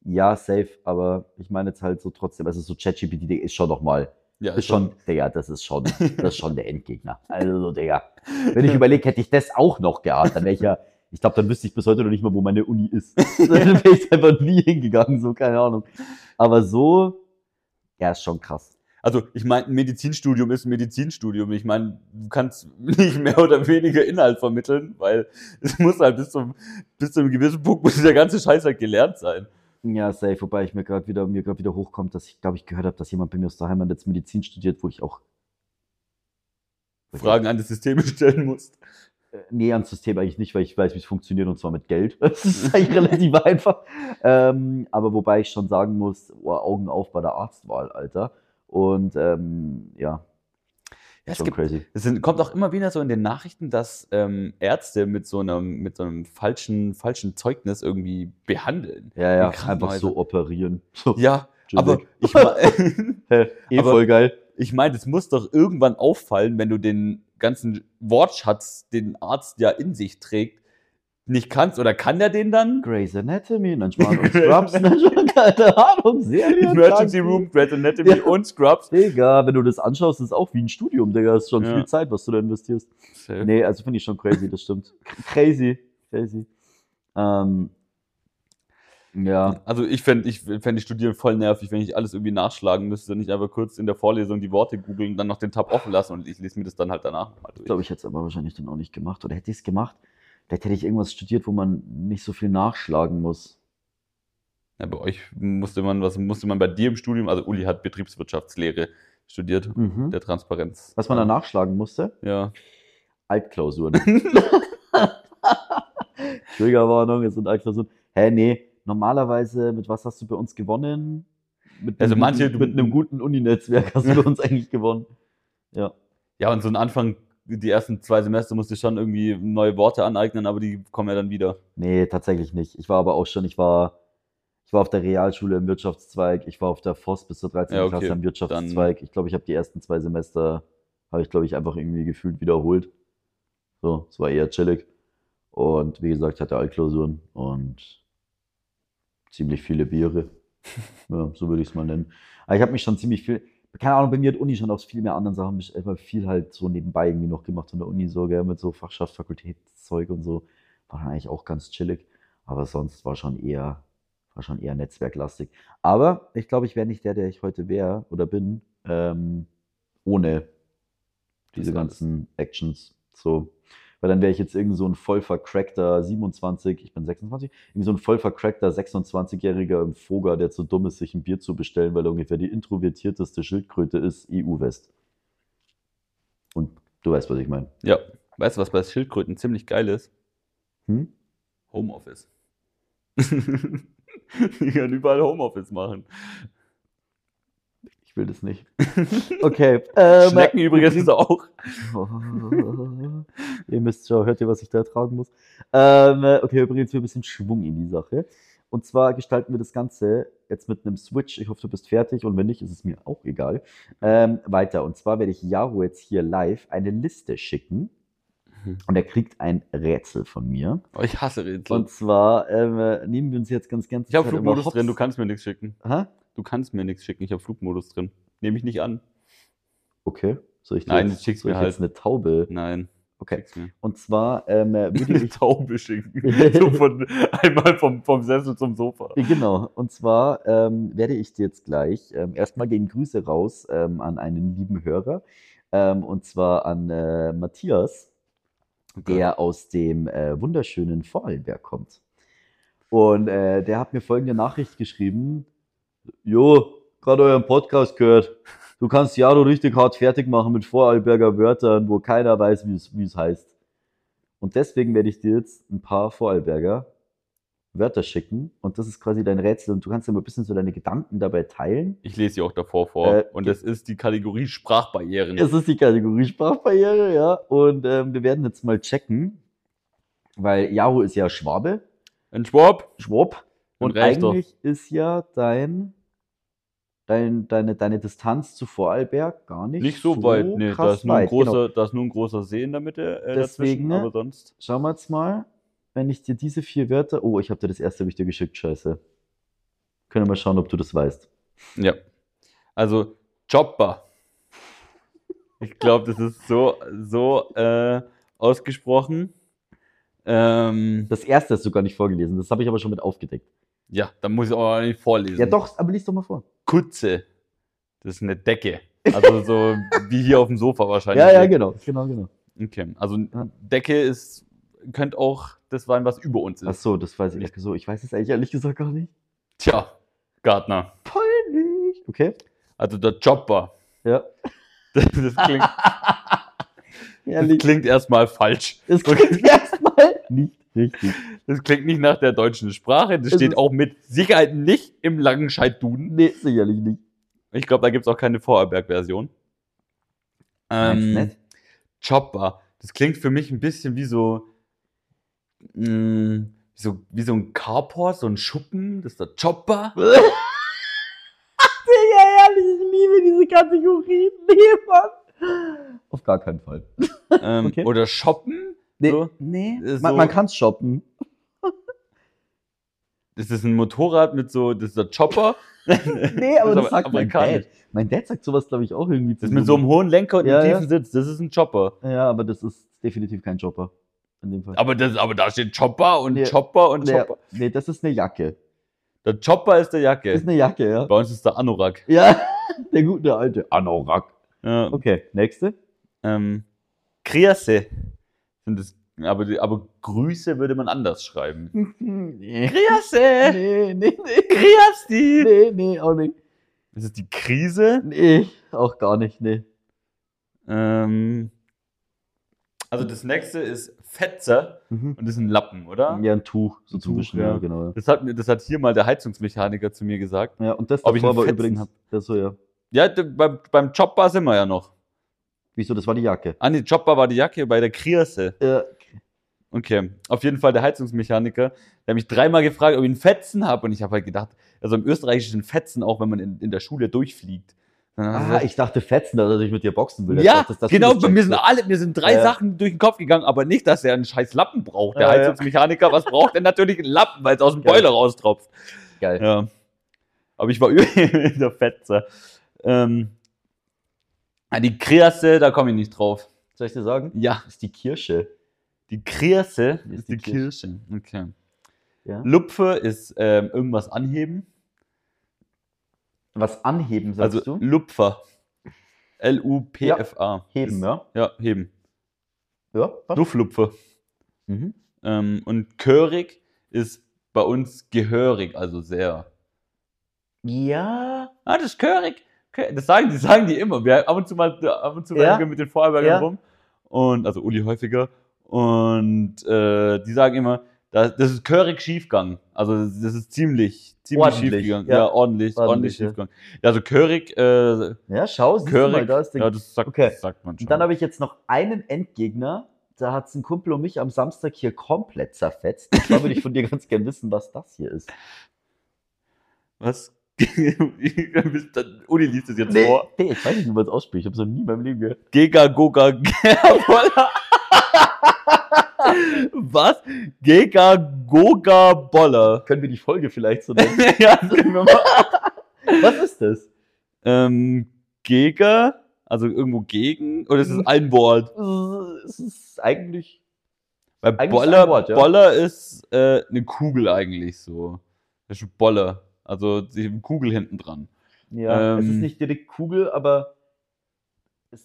[SPEAKER 2] ja, safe, aber ich meine jetzt halt so trotzdem, also so ChatGPT ist schon nochmal,
[SPEAKER 3] Ja,
[SPEAKER 2] ist schon, Digga, das ist schon, das ist schon der Endgegner. Also, so, Digga, wenn ich überlege, hätte ich das auch noch gehabt, dann wäre ich ja, ich glaube, dann wüsste ich bis heute noch nicht mal, wo meine Uni ist. Dann wäre ich einfach nie hingegangen, so, keine Ahnung. Aber so, ja, ist schon krass.
[SPEAKER 3] Also, ich meine, ein Medizinstudium ist ein Medizinstudium. Ich meine, du kannst nicht mehr oder weniger Inhalt vermitteln, weil es muss halt bis zum, bis zu einem gewissen Punkt muss der ganze Scheiß halt gelernt sein.
[SPEAKER 2] Ja, safe, wobei ich mir gerade wieder, mir gerade wieder hochkommt, dass ich, glaube ich, gehört habe, dass jemand bei mir aus der Heimat jetzt Medizin studiert, wo ich auch wo ich auch
[SPEAKER 3] Fragen an das System stellen musst.
[SPEAKER 2] Nee, ans System eigentlich nicht, weil ich weiß, wie es funktioniert und zwar mit Geld. Das ist eigentlich relativ einfach. Ähm, aber wobei ich schon sagen muss, oh, Augen auf bei der Arztwahl, Alter. Und ähm, ja,
[SPEAKER 3] Ja,
[SPEAKER 2] schon crazy.
[SPEAKER 3] Es sind, kommt auch immer wieder so in den Nachrichten, dass ähm, Ärzte mit so einem, mit so einem falschen, falschen Zeugnis irgendwie behandeln.
[SPEAKER 2] Ja, ja,
[SPEAKER 3] in
[SPEAKER 2] einfach so operieren. So,
[SPEAKER 3] Ja,
[SPEAKER 2] tschüss.
[SPEAKER 3] aber ich, mein-
[SPEAKER 2] Hä, eh
[SPEAKER 3] aber-
[SPEAKER 2] voll geil.
[SPEAKER 3] ich meine, es muss doch irgendwann auffallen, wenn du den ganzen Wortschatz, den Arzt ja in sich trägt, nicht kannst. Oder kann der den dann?
[SPEAKER 2] Grey's Anatomy, dann Schmarrn und Scrubs, dann schon keine Ahnung, Serien.
[SPEAKER 3] Emergency
[SPEAKER 2] Kranken-
[SPEAKER 3] Room, Grey's Anatomy
[SPEAKER 2] Ja.
[SPEAKER 3] und Scrubs.
[SPEAKER 2] Digga, wenn du das anschaust, ist auch wie ein Studium, Digga. Das ist schon
[SPEAKER 3] Ja.
[SPEAKER 2] viel Zeit, was du da investierst.
[SPEAKER 3] Safe.
[SPEAKER 2] Nee, also finde ich schon crazy, das stimmt. crazy, crazy. Ähm, ja,
[SPEAKER 3] Also ich fände ich fänd die Studieren voll nervig, wenn ich alles irgendwie nachschlagen müsste und nicht einfach kurz in der Vorlesung die Worte googeln und dann noch den Tab offen lassen und ich lese mir das dann halt danach nochmal durch.
[SPEAKER 2] ich glaube, ich hätte es aber wahrscheinlich dann auch nicht gemacht. Oder hätte ich es gemacht, vielleicht hätte ich irgendwas studiert, wo man nicht so viel nachschlagen muss.
[SPEAKER 3] Ja, bei euch musste man, was musste man bei dir im Studium, also Uli hat Betriebswirtschaftslehre studiert, der Transparenz.
[SPEAKER 2] Mhm. Was man da nachschlagen musste?
[SPEAKER 3] Ja.
[SPEAKER 2] Altklausuren. Triggerwarnung, es sind Altklausuren. Hä, nee, normalerweise, mit was hast du bei uns gewonnen? Mit
[SPEAKER 3] Also
[SPEAKER 2] einem
[SPEAKER 3] manche-
[SPEAKER 2] guten, mit einem guten Uni-Netzwerk hast du bei uns eigentlich gewonnen.
[SPEAKER 3] Ja, und so ein Anfang, die ersten zwei Semester musst du schon irgendwie neue Worte aneignen, aber die kommen ja dann wieder.
[SPEAKER 2] Nee, tatsächlich nicht. Ich war aber auch schon, ich war, ich war auf der Realschule im Wirtschaftszweig, ich war auf der FOS bis zur 13.
[SPEAKER 3] Ja, okay,
[SPEAKER 2] Klasse im Wirtschaftszweig. Ich glaube, ich habe die ersten zwei Semester, habe ich, glaube ich, einfach irgendwie gefühlt wiederholt. So, es war eher chillig. Und wie gesagt, hatte Altklausuren und ziemlich viele Biere. Ja, so würde ich es mal nennen. Aber ich habe mich schon ziemlich viel, keine Ahnung, bei mir hat Uni schon aus viel mehr anderen Sachen, mich einfach viel halt so nebenbei irgendwie noch gemacht in der Uni, so gell, mit so Fachschaft, Fakultätszeug und so. War dann eigentlich auch ganz chillig. Aber sonst war schon eher, war schon eher netzwerklastig. Aber ich glaube, ich wäre nicht der, der ich heute wäre oder bin, ähm, ohne diese
[SPEAKER 3] Das alles.
[SPEAKER 2] ganzen Actions. So. Weil dann wäre ich jetzt irgend so ein voll vercrackter 27, ich bin 26, irgendwie so ein voll vercrackter 26-Jähriger im Foga, der zu dumm ist, sich ein Bier zu bestellen, weil er ungefähr die introvertierteste Schildkröte ist, EU-West. Und du weißt, was ich meine.
[SPEAKER 3] Ja. Weißt du, was bei Schildkröten ziemlich geil ist?
[SPEAKER 2] Hm?
[SPEAKER 3] Homeoffice. Die können überall Homeoffice machen.
[SPEAKER 2] Ich will das nicht. Okay. Ähm,
[SPEAKER 3] Schnecken übrigens auch.
[SPEAKER 2] ihr müsst schon, hört ihr, was ich da ertragen muss. Ähm, okay, übrigens wir ein bisschen Schwung in die Sache. Und zwar gestalten wir das Ganze jetzt mit einem Switch. Ich hoffe, du bist fertig und wenn nicht, ist es mir auch egal. Ähm, weiter. Und zwar werde ich Jaro jetzt hier live eine Liste schicken.
[SPEAKER 3] Mhm.
[SPEAKER 2] Und er kriegt ein Rätsel von mir.
[SPEAKER 3] Oh, ich hasse Rätsel.
[SPEAKER 2] Und zwar ähm, äh, nehmen wir uns jetzt ganz ganz.
[SPEAKER 3] ich habe Flugmodus drin, du kannst mir nichts schicken.
[SPEAKER 2] Hä?
[SPEAKER 3] Du kannst mir nichts schicken, ich habe Flugmodus drin. Nehme ich nicht an.
[SPEAKER 2] Okay. Soll ich dir
[SPEAKER 3] Nein,
[SPEAKER 2] jetzt,
[SPEAKER 3] schick's
[SPEAKER 2] soll
[SPEAKER 3] mir
[SPEAKER 2] ich
[SPEAKER 3] halt.
[SPEAKER 2] jetzt eine Taube?
[SPEAKER 3] Nein.
[SPEAKER 2] Okay.
[SPEAKER 3] schick's mir.
[SPEAKER 2] Und zwar ähm, äh, würde
[SPEAKER 3] Eine
[SPEAKER 2] ich.
[SPEAKER 3] Taube schicken. So von, einmal vom, vom Sessel zum Sofa.
[SPEAKER 2] Genau, und zwar ähm, werde ich dir jetzt gleich, ähm, erstmal gehen Grüße raus ähm, an einen lieben Hörer, ähm, und zwar an äh, Matthias, der aus dem äh, wunderschönen Vorarlberg kommt. Und äh, der hat mir folgende Nachricht geschrieben: Jo, gerade euren Podcast gehört. Du kannst Jaro richtig hart fertig machen mit Vorarlberger Wörtern, wo keiner weiß, wie es wie es heißt. Und deswegen werde ich dir jetzt ein paar Vorarlberger Wörter schicken. Und das ist quasi dein Rätsel. Und du kannst dir mal ein bisschen so deine Gedanken dabei teilen.
[SPEAKER 3] Ich lese sie auch davor vor.
[SPEAKER 2] Äh,
[SPEAKER 3] und das ist die Kategorie Sprachbarrieren.
[SPEAKER 2] Es ist die Kategorie Sprachbarriere, ja. Und ähm, wir werden jetzt mal checken, weil Jaro ist ja Schwabe,
[SPEAKER 3] Ein Schwab.
[SPEAKER 2] Schwab.
[SPEAKER 3] Ein
[SPEAKER 2] Und
[SPEAKER 3] Rechter.
[SPEAKER 2] eigentlich ist ja dein, dein, deine, deine Distanz zu Vorarlberg gar nicht,
[SPEAKER 3] Nicht so weit, nee, da
[SPEAKER 2] krass
[SPEAKER 3] ist, nur ein
[SPEAKER 2] weit.
[SPEAKER 3] großer,
[SPEAKER 2] Genau.
[SPEAKER 3] da ist nur ein großer See in der Mitte äh,
[SPEAKER 2] Deswegen,
[SPEAKER 3] dazwischen,
[SPEAKER 2] ne?
[SPEAKER 3] aber sonst.
[SPEAKER 2] Schauen wir jetzt mal, wenn ich dir diese vier Wörter. Oh, ich habe dir das erste hab ich dir geschickt, scheiße. Können wir mal schauen, ob du das weißt.
[SPEAKER 3] Ja. Also, Chopper. Ich glaube, das ist so, so äh, ausgesprochen. Ähm,
[SPEAKER 2] Das erste hast du gar nicht vorgelesen, das habe ich aber schon mit aufgedeckt.
[SPEAKER 3] ja, da muss ich auch nicht vorlesen.
[SPEAKER 2] Ja, doch, aber lies doch mal vor.
[SPEAKER 3] Kutze. Das ist eine Decke. Also so wie hier auf dem Sofa wahrscheinlich.
[SPEAKER 2] Ja, ja, genau, genau, genau.
[SPEAKER 3] Okay. Also Decke ist, könnte auch das sein, was über uns
[SPEAKER 2] Ach
[SPEAKER 3] ist.
[SPEAKER 2] so, das weiß ich nicht so. Ich weiß es eigentlich ehrlich gesagt gar nicht.
[SPEAKER 3] Tja, Gartner.
[SPEAKER 2] Peinlich. Okay.
[SPEAKER 3] Also der Chopper.
[SPEAKER 2] Ja.
[SPEAKER 3] Das, das, klingt, das
[SPEAKER 2] Ehrlich.
[SPEAKER 3] klingt erstmal falsch.
[SPEAKER 2] Es klingt erstmal nicht richtig.
[SPEAKER 3] Das klingt nicht nach der deutschen Sprache. Das
[SPEAKER 2] Es
[SPEAKER 3] steht
[SPEAKER 2] ist-
[SPEAKER 3] auch mit Sicherheit nicht im Langenscheid-Duden.
[SPEAKER 2] Nee, sicherlich nicht.
[SPEAKER 3] Ich glaube, da gibt es auch keine Vorarlberg-Version.
[SPEAKER 2] Meinst du
[SPEAKER 3] Ähm,
[SPEAKER 2] nicht?
[SPEAKER 3] Chopper. Das klingt für mich ein bisschen wie so, mh, so wie so ein Carport, so ein Schuppen. Das ist der Chopper.
[SPEAKER 2] Digga, ehrlich, ich liebe diese Kategorie. Nee, Mann. Auf gar keinen Fall.
[SPEAKER 3] Ähm,
[SPEAKER 2] Okay.
[SPEAKER 3] Oder Shoppen.
[SPEAKER 2] Nee,
[SPEAKER 3] So?
[SPEAKER 2] nee.
[SPEAKER 3] Äh,
[SPEAKER 2] Man,
[SPEAKER 3] so-
[SPEAKER 2] man kann shoppen.
[SPEAKER 3] Das ist ein Motorrad mit so, das ist der Chopper.
[SPEAKER 2] Nee, aber das,
[SPEAKER 3] ist aber
[SPEAKER 2] sagt mein
[SPEAKER 3] amerikanisch.
[SPEAKER 2] Dad. Mein Dad sagt sowas, glaube ich, auch irgendwie zu
[SPEAKER 3] Das ist mit
[SPEAKER 2] mir.
[SPEAKER 3] so einem hohen Lenker und
[SPEAKER 2] Ja,
[SPEAKER 3] einem
[SPEAKER 2] ja.
[SPEAKER 3] tiefen Sitz. Das ist ein Chopper.
[SPEAKER 2] Ja, aber das ist definitiv kein Chopper. In dem Fall.
[SPEAKER 3] Aber, das, aber da steht Chopper und
[SPEAKER 2] Nee.
[SPEAKER 3] Chopper und
[SPEAKER 2] nee,
[SPEAKER 3] Chopper.
[SPEAKER 2] nee, das ist eine Jacke.
[SPEAKER 3] Der Chopper ist der Jacke.
[SPEAKER 2] Das ist eine Jacke, ja.
[SPEAKER 3] Bei uns ist der Anorak.
[SPEAKER 2] Ja, der gute alte Anorak.
[SPEAKER 3] Ja,
[SPEAKER 2] Okay, nächste.
[SPEAKER 3] ähm, Kriasse. Sind das, aber, die- aber Grüße würde man anders schreiben.
[SPEAKER 2] Nee,
[SPEAKER 3] Kriasse!
[SPEAKER 2] nee, nee, nee.
[SPEAKER 3] Kriasti!
[SPEAKER 2] Nee, nee, auch nicht.
[SPEAKER 3] Das ist die Krise.
[SPEAKER 2] Nee, auch gar nicht, nee.
[SPEAKER 3] Ähm, also das nächste ist Fetzer
[SPEAKER 2] Mhm.
[SPEAKER 3] und das ist ein Lappen, oder?
[SPEAKER 2] Ja, ein Tuch, so
[SPEAKER 3] Ein
[SPEAKER 2] zum
[SPEAKER 3] Tuch,
[SPEAKER 2] Wischen,
[SPEAKER 3] ja.
[SPEAKER 2] ja, genau.
[SPEAKER 3] Das hat, mir- das hat hier mal der Heizungsmechaniker zu mir gesagt.
[SPEAKER 2] Ja. ja, und das
[SPEAKER 3] Ob ich
[SPEAKER 2] davor
[SPEAKER 3] einen
[SPEAKER 2] war
[SPEAKER 3] fetzen
[SPEAKER 2] übrigens,
[SPEAKER 3] hab?
[SPEAKER 2] das so, ja.
[SPEAKER 3] Ja, d- beim, beim Chopper sind wir ja noch.
[SPEAKER 2] Wieso, das war die Jacke. Äh,
[SPEAKER 3] Ah, nee, Chopper war die Jacke bei der Kriasse.
[SPEAKER 2] Ja,
[SPEAKER 3] Okay, auf jeden Fall der Heizungsmechaniker. Der hat mich dreimal gefragt, ob ich einen Fetzen habe. Und ich habe halt gedacht, also im österreichischen Fetzen, auch wenn man in, in der Schule durchfliegt. Dann hab
[SPEAKER 2] ah,
[SPEAKER 3] gesagt,
[SPEAKER 2] ich dachte Fetzen, dass er sich mit dir boxen will. Ich
[SPEAKER 3] ja,
[SPEAKER 2] dachte, dass das
[SPEAKER 3] genau,
[SPEAKER 2] du das
[SPEAKER 3] mir
[SPEAKER 2] checkst.
[SPEAKER 3] sind alle, mir sind drei
[SPEAKER 2] Ja, ja.
[SPEAKER 3] Sachen durch den Kopf gegangen, aber nicht, dass er einen scheiß Lappen braucht. Der
[SPEAKER 2] Ja, ja.
[SPEAKER 3] Heizungsmechaniker, was braucht er natürlich einen Lappen, weil es aus dem
[SPEAKER 2] Geil.
[SPEAKER 3] Boiler raustropft.
[SPEAKER 2] Geil.
[SPEAKER 3] Ja. Aber ich war übel der Fetzer. Ähm, ah, die Kriasse, da komme ich nicht drauf.
[SPEAKER 2] Soll ich dir sagen?
[SPEAKER 3] Ja,
[SPEAKER 2] Das ist die Kirsche.
[SPEAKER 3] Die Kirse
[SPEAKER 2] Hier
[SPEAKER 3] ist die, Kirsche. Okay.
[SPEAKER 2] Ja.
[SPEAKER 3] Lupfe ist ähm, irgendwas anheben.
[SPEAKER 2] Was anheben, sagst
[SPEAKER 3] also
[SPEAKER 2] du?
[SPEAKER 3] Lupfer. L-U-P-F-A.
[SPEAKER 2] Heben,
[SPEAKER 3] ist,
[SPEAKER 2] ja.
[SPEAKER 3] Ja, heben.
[SPEAKER 2] Ja, was?
[SPEAKER 3] Dufflupfe.
[SPEAKER 2] Mhm.
[SPEAKER 3] Ähm, und Körig ist bei uns gehörig, also sehr.
[SPEAKER 2] Ja.
[SPEAKER 3] Ah, das ist Körig. Kö- Das sagen, die, sagen die immer. Wir, ab und zu mal ab und zu
[SPEAKER 2] Ja.
[SPEAKER 3] rennen wir mit den Vorarlbergern
[SPEAKER 2] Ja.
[SPEAKER 3] rum. Und, also Uli häufiger. Und äh, die sagen immer, Das, das ist körig schiefgegangen. Also das das ist ziemlich, ziemlich
[SPEAKER 2] Ordentlich,
[SPEAKER 3] schiefgegangen.
[SPEAKER 2] ja.
[SPEAKER 3] Ja, ordentlich, ordentlich,
[SPEAKER 2] Ordentlich, ja.
[SPEAKER 3] schiefgegangen. Ja, also körig, äh,
[SPEAKER 2] Ja, schau, siehst du
[SPEAKER 3] Körig.
[SPEAKER 2] mal, da ist der
[SPEAKER 3] ja, das sagt,
[SPEAKER 2] Okay.
[SPEAKER 3] sagt man schon.
[SPEAKER 2] Und dann habe ich jetzt noch einen Endgegner. Da hat ein Kumpel und mich am Samstag hier komplett zerfetzt. Da würde ich von dir ganz gern wissen, was das hier ist.
[SPEAKER 3] Was? Uli liest es jetzt vor.
[SPEAKER 2] Nee, ich weiß nicht, wie man es ausspricht. Ich habe es noch nie in meinem Leben gehört.
[SPEAKER 3] Gega Goga Gerbola. Was? Gega Goga Boller.
[SPEAKER 2] Können wir die Folge vielleicht so nennen?
[SPEAKER 3] ja, nehmen wir mal.
[SPEAKER 2] was ist das?
[SPEAKER 3] Ähm, Gega, also irgendwo gegen, oder ist es
[SPEAKER 2] Mhm.
[SPEAKER 3] ein Wort?
[SPEAKER 2] Es ist eigentlich.
[SPEAKER 3] Weil
[SPEAKER 2] Eigentlich
[SPEAKER 3] Boller,
[SPEAKER 2] ein Wort, ja.
[SPEAKER 3] Boller ist äh, eine Kugel eigentlich so. Das ist ein Boller. Also die eine Kugel hinten dran.
[SPEAKER 2] Ja, es ist
[SPEAKER 3] Ähm.
[SPEAKER 2] nicht direkt Kugel, aber es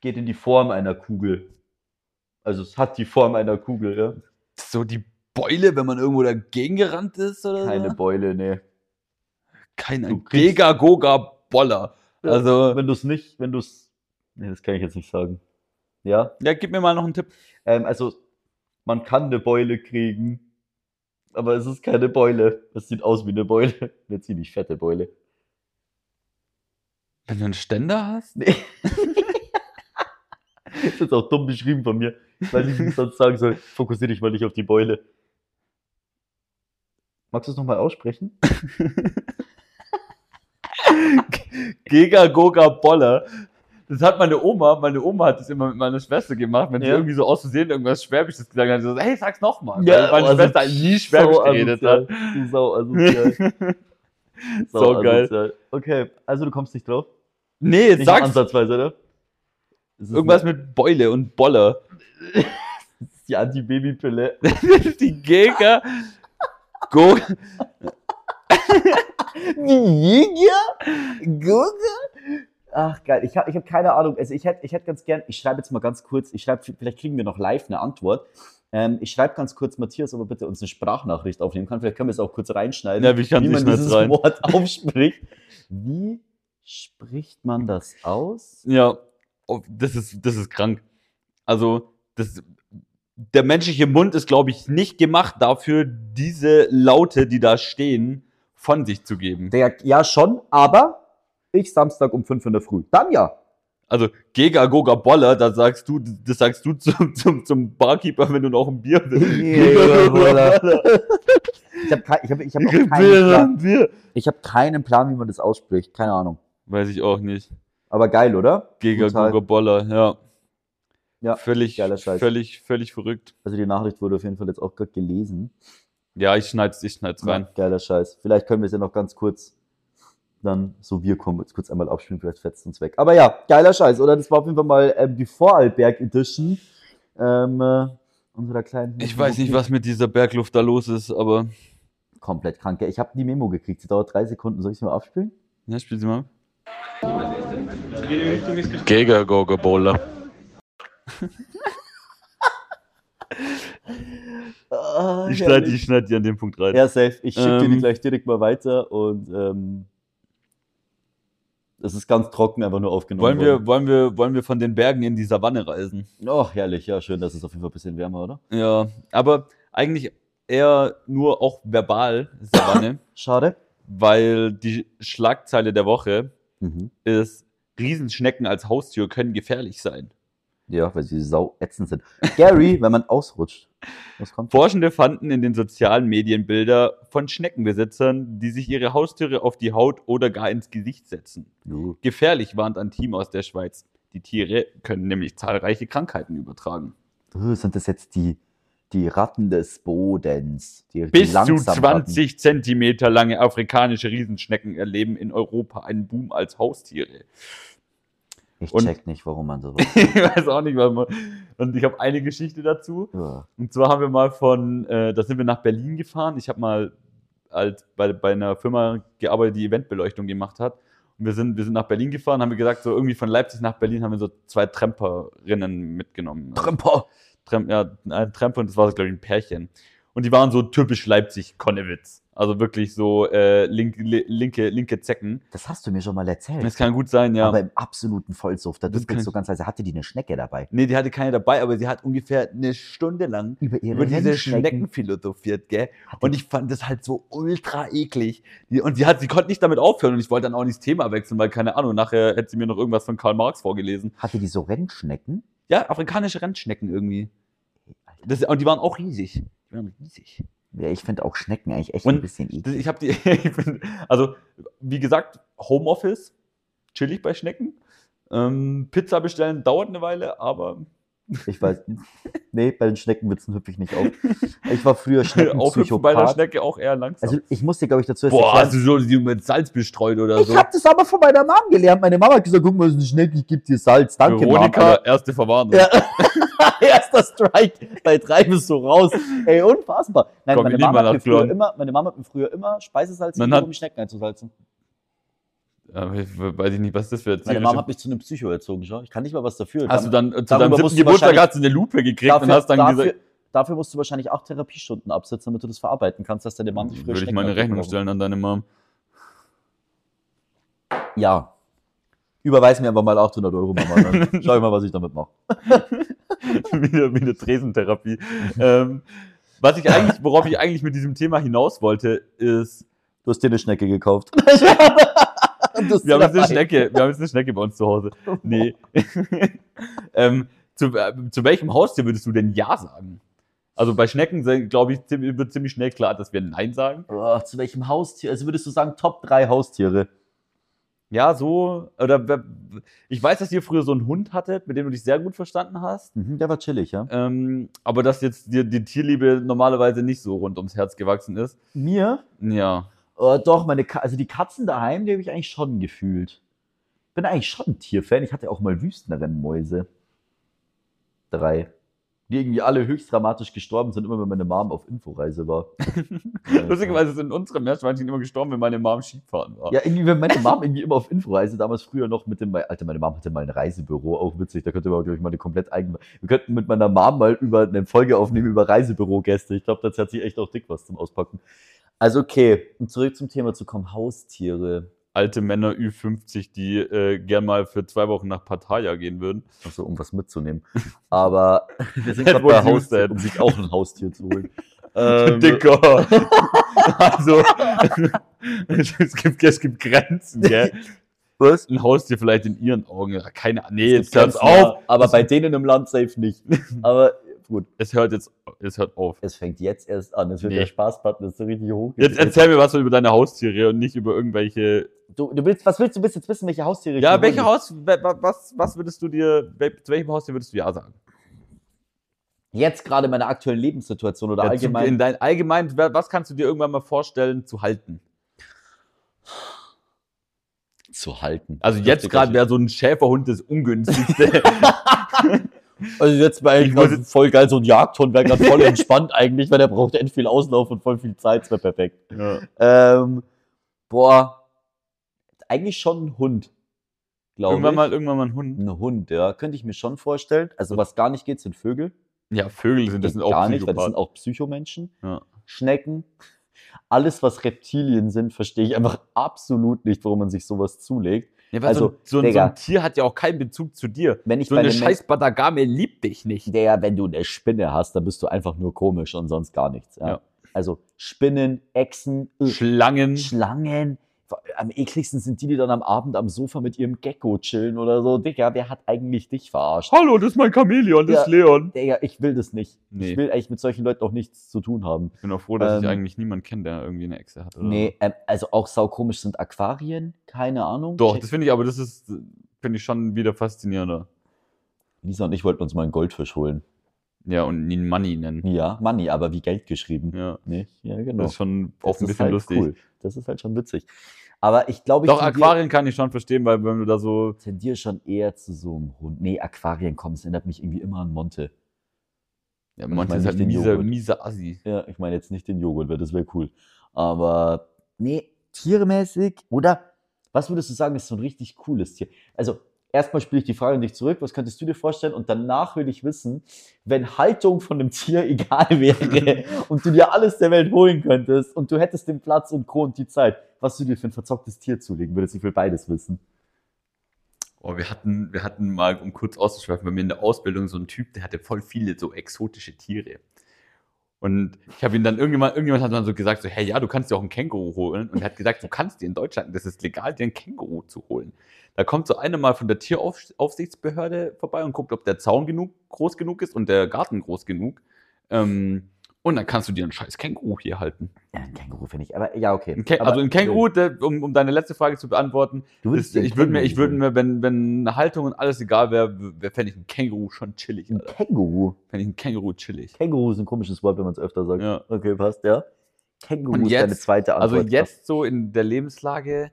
[SPEAKER 2] geht in die Form einer Kugel. Also es hat die Form einer Kugel, ja.
[SPEAKER 3] So die Beule, wenn man irgendwo dagegen gerannt ist oder
[SPEAKER 2] Keine
[SPEAKER 3] so?
[SPEAKER 2] Beule, nee.
[SPEAKER 3] Keine
[SPEAKER 2] Du kriegst-
[SPEAKER 3] Gega Goga Boller. Also,
[SPEAKER 2] Wenn du es nicht, wenn du es. Nee, das kann ich jetzt nicht sagen. Ja,
[SPEAKER 3] ja, gib mir mal noch einen Tipp.
[SPEAKER 2] Ähm, also, man kann eine Beule kriegen, aber es ist keine Beule. Es sieht aus wie eine Beule. Eine ziemlich fette Beule.
[SPEAKER 3] Wenn du einen Ständer hast?
[SPEAKER 2] Nee. ist jetzt auch dumm beschrieben von mir. Ich weiß nicht, wie ich sonst sagen soll. Fokussiere dich mal nicht auf die Beule. Magst du es nochmal aussprechen?
[SPEAKER 3] Gega Goga Boller. Das hat meine Oma, meine Oma hat das immer mit meiner Schwester gemacht, wenn sie
[SPEAKER 2] Ja.
[SPEAKER 3] irgendwie so aus Versehen irgendwas Schwäbisches gesagt hat. Sie so, hey, sag's nochmal.
[SPEAKER 2] Ja,
[SPEAKER 3] meine
[SPEAKER 2] also
[SPEAKER 3] Schwester nie Schwäbisch
[SPEAKER 2] Sau
[SPEAKER 3] geredet
[SPEAKER 2] asozial.
[SPEAKER 3] hat.
[SPEAKER 2] Du Sau asozial. Sau
[SPEAKER 3] So geil.
[SPEAKER 2] asozial. Okay, also du kommst nicht drauf.
[SPEAKER 3] Nee,
[SPEAKER 2] Nicht mal
[SPEAKER 3] sag's
[SPEAKER 2] ansatzweise, oder? Es ist
[SPEAKER 3] irgendwas
[SPEAKER 2] eine-
[SPEAKER 3] mit Beule und Boller.
[SPEAKER 2] es ist die Anti-Baby-Pille.
[SPEAKER 3] Die Gega Go
[SPEAKER 2] Jäger? Gurke? Ach geil, ich habe ich hab keine Ahnung. Also ich hätte ich hätt ganz gern, ich schreibe jetzt mal ganz kurz, ich schreibe, vielleicht kriegen wir noch live eine Antwort. Ähm, ich schreibe ganz kurz, Matthias, ob er bitte uns eine Sprachnachricht aufnehmen kann. Vielleicht können wir es auch kurz reinschneiden,
[SPEAKER 3] Ja, wir schneiden
[SPEAKER 2] wie man
[SPEAKER 3] es jetzt
[SPEAKER 2] dieses
[SPEAKER 3] rein.
[SPEAKER 2] Wort aufspricht. Wie spricht man das aus?
[SPEAKER 3] Ja, oh, das ist, das ist krank. Also, das, der menschliche Mund ist, glaube ich, nicht gemacht dafür, diese Laute, die da stehen, von sich zu geben.
[SPEAKER 2] Der, ja, schon, aber ich Samstag um 5 in der Früh. Dann ja.
[SPEAKER 3] Also, Gega, Goga, Boller, da sagst du, das sagst du zum, zum, zum Barkeeper, wenn du noch ein Bier willst.
[SPEAKER 2] Gega, Goga, Ich habe ich hab, ich hab auch keinen Plan.
[SPEAKER 3] ein Bier.
[SPEAKER 2] Ich habe keinen Plan, wie man das ausspricht. Keine Ahnung.
[SPEAKER 3] Weiß ich auch nicht.
[SPEAKER 2] Aber geil, oder?
[SPEAKER 3] Gega,
[SPEAKER 2] Total.
[SPEAKER 3] Goga, Boller, ja.
[SPEAKER 2] Ja,
[SPEAKER 3] völlig,
[SPEAKER 2] geiler Scheiß.
[SPEAKER 3] völlig, völlig verrückt.
[SPEAKER 2] Also die Nachricht wurde auf jeden Fall jetzt auch gerade gelesen.
[SPEAKER 3] Ja, ich schneid's, ich schneid's rein.
[SPEAKER 2] Ja, geiler Scheiß. Vielleicht können wir es ja noch ganz kurz dann, so wir kommen, jetzt kurz einmal abspielen, vielleicht fetzt uns weg. Aber ja, geiler Scheiß, oder? Das war auf jeden Fall mal ähm, die Vorarlberg Edition ähm, äh, unserer kleinen.
[SPEAKER 3] Ich weiß nicht, was mit dieser Bergluft da los ist, aber,
[SPEAKER 2] Komplett krank. gell? Ich habe die Memo gekriegt. Sie dauert drei Sekunden. Soll ich sie mal abspielen?
[SPEAKER 3] ja, spiel sie mal.
[SPEAKER 4] Gega Goga Bola.
[SPEAKER 2] Ah,
[SPEAKER 3] Ich schneide
[SPEAKER 2] herrlich.
[SPEAKER 3] ich schneid dir an dem Punkt rein.
[SPEAKER 2] Ja, safe. Ich schicke dir die
[SPEAKER 3] Ähm.
[SPEAKER 2] gleich direkt mal weiter und ähm, das ist ganz trocken, einfach nur aufgenommen.
[SPEAKER 3] wollen, wir, wollen, wir, wollen wir von den Bergen in die Savanne reisen?
[SPEAKER 2] wir? Och, Oh, herrlich. Ja, schön, dass es auf jeden Fall ein bisschen wärmer, oder?
[SPEAKER 3] Ja, aber eigentlich eher nur auch verbal Savanne,
[SPEAKER 2] Schade.
[SPEAKER 3] weil die Schlagzeile der Woche
[SPEAKER 2] Mhm.
[SPEAKER 3] ist, Riesenschnecken als Haustier können gefährlich sein.
[SPEAKER 2] Ja, weil sie sau ätzend sind. Gary, wenn man ausrutscht. Was kommt?
[SPEAKER 3] Forschende fanden in den sozialen Medien Bilder von Schneckenbesitzern, die sich ihre Haustiere auf die Haut oder gar ins Gesicht setzen.
[SPEAKER 2] Du.
[SPEAKER 3] Gefährlich warnt ein Team aus der Schweiz. Die Tiere können nämlich zahlreiche Krankheiten übertragen.
[SPEAKER 2] Du, Sind das jetzt die, die Ratten des Bodens? Die
[SPEAKER 3] Bis zu
[SPEAKER 2] Langsamratten?
[SPEAKER 3] 20 Zentimeter lange afrikanische Riesenschnecken erleben in Europa einen Boom als Haustiere.
[SPEAKER 2] Ich
[SPEAKER 3] Und-
[SPEAKER 2] check nicht, warum man sowas.
[SPEAKER 3] ich weiß auch nicht, was man. Und ich habe eine Geschichte dazu.
[SPEAKER 2] ja.
[SPEAKER 3] Und zwar haben wir mal von, äh, da sind wir nach Berlin gefahren. Ich habe mal als bei, bei einer Firma gearbeitet, die Eventbeleuchtung gemacht hat. Und wir sind, wir sind nach Berlin gefahren, haben wir gesagt, so irgendwie von Leipzig nach Berlin haben wir so zwei Tramperinnen mitgenommen. Also
[SPEAKER 2] Tremper.
[SPEAKER 3] Trem, ja, ein Trempe und das war, glaube ich, ein Pärchen. Und die waren so typisch Leipzig-Konnewitz. Also wirklich so äh, link, li, linke, linke Zecken.
[SPEAKER 2] Das hast du mir schon mal erzählt.
[SPEAKER 3] Das kann gut sein, ja.
[SPEAKER 2] Aber im absoluten Vollsuff. Da
[SPEAKER 3] Das
[SPEAKER 2] dümpelst
[SPEAKER 3] kann-
[SPEAKER 2] du ganz leise. Hatte die eine Schnecke dabei?
[SPEAKER 3] nee, die hatte keine dabei, aber sie hat ungefähr eine Stunde lang
[SPEAKER 2] Über ihre
[SPEAKER 3] über diese
[SPEAKER 2] Rennschnecken.
[SPEAKER 3] Schnecken philosophiert, gell?
[SPEAKER 2] Hat
[SPEAKER 3] Und ich fand das halt so ultra eklig. Die, und sie hat, sie konnte nicht damit aufhören und ich wollte dann auch nicht das Thema wechseln, weil keine Ahnung, nachher hätte sie mir noch irgendwas von Karl Marx vorgelesen.
[SPEAKER 2] Hatte die so Rennschnecken?
[SPEAKER 3] Ja, afrikanische Rennschnecken irgendwie. Das, und die waren auch riesig. Die waren riesig.
[SPEAKER 2] Ja, ich finde auch Schnecken eigentlich echt
[SPEAKER 3] Und
[SPEAKER 2] ein bisschen
[SPEAKER 3] Das,
[SPEAKER 2] eklig.
[SPEAKER 3] ich habe die, ich bin, also wie gesagt, Homeoffice, chillig bei Schnecken. Ähm, Pizza bestellen dauert eine Weile, aber
[SPEAKER 2] Ich weiß. Nee, bei den Schneckenwitzen hüpfe ich nicht auf. Ich war früher
[SPEAKER 3] aufhüpfen bei der
[SPEAKER 2] Schneckenpsychopath.
[SPEAKER 3] Schnecke auch eher langsam.
[SPEAKER 2] Also ich musste, glaube ich, dazu erst
[SPEAKER 3] Boah, also
[SPEAKER 2] erklären-
[SPEAKER 3] hast du so die mit Salz bestreut oder
[SPEAKER 2] Ich
[SPEAKER 3] so?
[SPEAKER 2] habe das aber von meiner Mom gelernt. Meine Mama hat gesagt, guck mal, es ist eine Schnecke, ich gebe dir Salz. Danke,
[SPEAKER 3] Veronika,
[SPEAKER 2] Mom.
[SPEAKER 3] erste Verwarnung.
[SPEAKER 2] Ah, genau, Ja. Erster Strike. Bei drei bist du raus. Ey, unfassbar. Nein,
[SPEAKER 3] Komm,
[SPEAKER 2] meine
[SPEAKER 3] ich nehm
[SPEAKER 2] Mama,
[SPEAKER 3] mal
[SPEAKER 2] hat mir
[SPEAKER 3] das
[SPEAKER 2] früher
[SPEAKER 3] Klon.
[SPEAKER 2] immer, meine Mama hat mir früher immer Speisesalz
[SPEAKER 3] Dann
[SPEAKER 2] gegeben,
[SPEAKER 3] hat-
[SPEAKER 2] um Schnecken einzusalzen.
[SPEAKER 3] Aber ich weiß ich nicht, was das für ein
[SPEAKER 2] Meine Mama hat mich zu einem Psycho erzogen, schau. Ich kann nicht mal was dafür.
[SPEAKER 3] Hast du dann äh, zu
[SPEAKER 2] Darüber
[SPEAKER 3] deinem
[SPEAKER 2] musst
[SPEAKER 3] siebten
[SPEAKER 2] du
[SPEAKER 3] Geburtstag
[SPEAKER 2] wahrscheinlich-
[SPEAKER 3] hast du eine Lupe gekriegt und hast dann
[SPEAKER 2] dafür,
[SPEAKER 3] gesagt,
[SPEAKER 2] dafür musst du wahrscheinlich auch Therapiestunden absitzen, damit du das verarbeiten kannst, dass deine Mama dich früher
[SPEAKER 3] Hm, würde ich
[SPEAKER 2] Schnecken
[SPEAKER 3] mal eine
[SPEAKER 2] abgegeben
[SPEAKER 3] Rechnung
[SPEAKER 2] hat.
[SPEAKER 3] stellen an deine Mom.
[SPEAKER 2] Ja. Überweis mir aber mal 800 Euro, Mama. Dann schau ich mal, was ich damit mache.
[SPEAKER 3] wieder wie eine Tresentherapie. ähm, was ich eigentlich, worauf ich eigentlich mit diesem Thema hinaus wollte, ist,
[SPEAKER 2] Du hast dir eine Schnecke gekauft.
[SPEAKER 3] wir haben jetzt eine Schnecke, wir haben jetzt eine Schnecke bei uns zu Hause. Nee. ähm, zu, äh, zu welchem Haustier würdest du denn Ja sagen? Also bei Schnecken, glaube ich, ziemlich- wird ziemlich schnell klar, dass wir Nein sagen.
[SPEAKER 2] Oh, zu welchem Haustier? Also würdest du sagen, Top 3 Haustiere?
[SPEAKER 3] Ja, so, oder wer- ich weiß, dass ihr früher so einen Hund hattet, mit dem du dich sehr gut verstanden hast.
[SPEAKER 2] Mhm, der war chillig, ja.
[SPEAKER 3] Ähm, aber dass jetzt dir die Tierliebe normalerweise nicht so rund ums Herz gewachsen ist.
[SPEAKER 2] Mir?
[SPEAKER 3] Ja.
[SPEAKER 2] Oh, doch, meine Ka also die Katzen daheim, die habe ich eigentlich schon gefühlt. Bin eigentlich schon ein Tierfan. Ich hatte auch mal Wüstenrennmäuse. Drei. Die irgendwie alle höchst dramatisch gestorben sind, immer wenn meine Mom auf Inforeise war. Äh,
[SPEAKER 3] Lustigerweise sind unsere Meerschweinchen immer gestorben, wenn meine Mom Skifahren war.
[SPEAKER 2] Ja, irgendwie, wenn meine Mom irgendwie immer auf Inforeise, damals früher noch mit dem, Alter, meine Mom hatte mal ein Reisebüro, auch witzig, da könnte man, glaube ich, mal eine komplett eigene, wir könnten mit meiner Mom mal über eine Folge aufnehmen über Reisebürogäste. Ich glaube, das hat sie echt auch dick was zum Auspacken. Also, okay, um zurück zum Thema zu kommen, Haustiere.
[SPEAKER 3] Alte Männer Ü50, die äh, gern mal für zwei Wochen nach Pattaya gehen würden.
[SPEAKER 2] Also, um was mitzunehmen. Aber wir sind gerade
[SPEAKER 3] Edward
[SPEAKER 2] bei
[SPEAKER 3] Husted.
[SPEAKER 2] Haustieren, um sich auch ein Haustier zu holen. ähm,
[SPEAKER 3] Dicker! also, es, gibt, es gibt Grenzen, gell?
[SPEAKER 2] was?
[SPEAKER 3] Ein Haustier vielleicht in ihren Augen. Ja, Keine Ahnung. Nee,
[SPEAKER 2] Jetzt
[SPEAKER 3] jetzt hört's auf!
[SPEAKER 2] auf. Aber bei denen im Land safe nicht. Aber gut,
[SPEAKER 3] Es hört jetzt, es hört auf.
[SPEAKER 2] es fängt jetzt erst an. Es wird
[SPEAKER 3] Nee.
[SPEAKER 2] der Spaßbutton ist so richtig hoch.
[SPEAKER 3] Jetzt erzähl mir was über deine Haustiere und nicht über irgendwelche.
[SPEAKER 2] Du, du willst, was willst du bis jetzt wissen, welche Haustiere ich mir hole?
[SPEAKER 3] Haus, was, was würdest du dir, zu welchem Haustier würdest du ja sagen?
[SPEAKER 2] Jetzt gerade in meiner aktuellen Lebenssituation oder
[SPEAKER 3] Ja, Zu, in
[SPEAKER 2] allgemein.
[SPEAKER 3] dein, allgemein, wa- was kannst du dir irgendwann mal vorstellen zu halten?
[SPEAKER 2] Zu halten.
[SPEAKER 3] Also jetzt gerade wäre so ein Schäferhund das ungünstigste.
[SPEAKER 2] Also jetzt bei
[SPEAKER 3] Ich muss jetzt-
[SPEAKER 2] voll geil, so ein Jagdhund wäre gerade voll entspannt eigentlich, weil der braucht echt viel Auslauf und voll viel Zeit, das wäre perfekt.
[SPEAKER 3] ja.
[SPEAKER 2] Ähm, boah, eigentlich schon ein Hund, glaube ich.
[SPEAKER 3] Irgendwann mal, irgendwann mal ein Hund.
[SPEAKER 2] ein Hund, ja, könnte ich mir schon vorstellen. Also was gar nicht geht, sind Vögel.
[SPEAKER 3] Ja, Vögel sind das sind
[SPEAKER 2] Geht
[SPEAKER 3] auch
[SPEAKER 2] gar nicht, weil das
[SPEAKER 3] Psychopathen.
[SPEAKER 2] sind auch Psychomenschen.
[SPEAKER 3] Ja.
[SPEAKER 2] Schnecken. Alles, was Reptilien sind, verstehe ich einfach absolut nicht, warum man sich sowas zulegt.
[SPEAKER 3] ja, weil
[SPEAKER 2] also,
[SPEAKER 3] so, ein- so, ein- so
[SPEAKER 2] Digga.
[SPEAKER 3] ein Tier hat ja auch keinen Bezug zu dir.
[SPEAKER 2] Wenn ich
[SPEAKER 3] So
[SPEAKER 2] bei
[SPEAKER 3] eine
[SPEAKER 2] einem
[SPEAKER 3] scheiß Badagame liebt dich
[SPEAKER 2] Menschen-
[SPEAKER 3] nicht.
[SPEAKER 2] der, wenn du eine Spinne hast, dann bist du einfach nur komisch und sonst gar nichts. Ja.
[SPEAKER 3] Ja.
[SPEAKER 2] Also Spinnen, Echsen,
[SPEAKER 3] Hm.
[SPEAKER 2] äh,
[SPEAKER 3] Schlangen.
[SPEAKER 2] Schlangen. Am ekligsten sind die, die dann am Abend am Sofa mit ihrem Gecko chillen oder so. Digga, wer hat eigentlich dich verarscht?
[SPEAKER 3] Hallo, das ist mein Chamäleon, das
[SPEAKER 2] Ja.
[SPEAKER 3] ist Leon.
[SPEAKER 2] Digga, ich will das nicht. Ich
[SPEAKER 3] Nee.
[SPEAKER 2] will eigentlich mit solchen Leuten auch nichts zu tun haben.
[SPEAKER 3] Ich bin auch froh, dass ich
[SPEAKER 2] Ähm,
[SPEAKER 3] eigentlich niemanden kenne, der irgendwie eine Echse hat. Oder?
[SPEAKER 2] Nee, ähm, also auch saukomisch sind Aquarien, keine Ahnung.
[SPEAKER 3] Doch,
[SPEAKER 2] Check-
[SPEAKER 3] das finde ich, aber das ist, finde ich schon wieder faszinierender.
[SPEAKER 2] Lisa und ich wollten uns mal einen Goldfisch holen.
[SPEAKER 3] Ja, und ihn Money nennen.
[SPEAKER 2] Ja, Money, aber wie Geld geschrieben.
[SPEAKER 3] Ja,
[SPEAKER 2] Nee, ja, genau.
[SPEAKER 3] das ist schon auch ein
[SPEAKER 2] ist
[SPEAKER 3] bisschen
[SPEAKER 2] halt
[SPEAKER 3] lustig.
[SPEAKER 2] cool. Das ist halt schon witzig. Aber ich glaube, ich
[SPEAKER 3] Doch,
[SPEAKER 2] tendiere-
[SPEAKER 3] Aquarien kann ich schon verstehen, weil wenn du da so.
[SPEAKER 2] tendiere schon eher zu so einem Hund. Nee, Aquarien kommen, es erinnert mich irgendwie immer an Monte.
[SPEAKER 3] Ja,
[SPEAKER 2] meine
[SPEAKER 3] manche ist halt
[SPEAKER 2] nicht den
[SPEAKER 3] miese,
[SPEAKER 2] Joghurt.
[SPEAKER 3] miese Assi.
[SPEAKER 2] Ja, ich meine jetzt nicht den Joghurt, weil das wäre cool. Aber nee, tiermäßig oder was würdest du sagen, ist so ein richtig cooles Tier? Also erstmal spiele ich die Frage an dich zurück, was könntest du dir vorstellen? Und danach will ich wissen, wenn Haltung von dem Tier egal wäre und du dir alles der Welt holen könntest und du hättest den Platz und Co. und die Zeit, was du dir für ein verzocktes Tier zulegen würdest. Ich will beides wissen.
[SPEAKER 3] Oh, wir hatten, wir hatten mal, um kurz auszuschweifen, bei mir in der Ausbildung so einen Typ, der hatte voll viele so exotische Tiere. Und ich habe ihn dann irgendjemand, irgendjemand hat dann so gesagt, so, hey, ja, du kannst dir auch einen Känguru holen. Und er hat gesagt, du kannst dir in Deutschland, das ist legal, dir einen Känguru zu holen. Da kommt so einer mal von der Tieraufsichtsbehörde vorbei und guckt, ob der Zaun genug, groß genug ist und der Garten groß genug. Ähm, und dann kannst du dir einen scheiß Känguru hier halten.
[SPEAKER 2] Ja, ein Känguru finde ich, aber ja, okay.
[SPEAKER 3] Ein Kä-
[SPEAKER 2] aber,
[SPEAKER 3] also ein Känguru, der, um, um deine letzte Frage zu beantworten,
[SPEAKER 2] Du würdest
[SPEAKER 3] das,
[SPEAKER 2] dir einen
[SPEAKER 3] ich würde mir, ich
[SPEAKER 2] Känguru
[SPEAKER 3] würde mir, wenn, wenn eine Haltung und alles egal wäre, wär, fände ich einen Känguru schon chillig.
[SPEAKER 2] Ein
[SPEAKER 3] Alter.
[SPEAKER 2] Känguru.
[SPEAKER 3] Fände ich einen Känguru chillig.
[SPEAKER 2] Känguru ist ein komisches Wort, wenn man es öfter sagt.
[SPEAKER 3] Ja.
[SPEAKER 2] Okay, passt, ja. Känguru
[SPEAKER 3] Und
[SPEAKER 2] ist deine
[SPEAKER 3] jetzt-
[SPEAKER 2] zweite
[SPEAKER 3] Also
[SPEAKER 2] Antwort.
[SPEAKER 3] jetzt so in der Lebenslage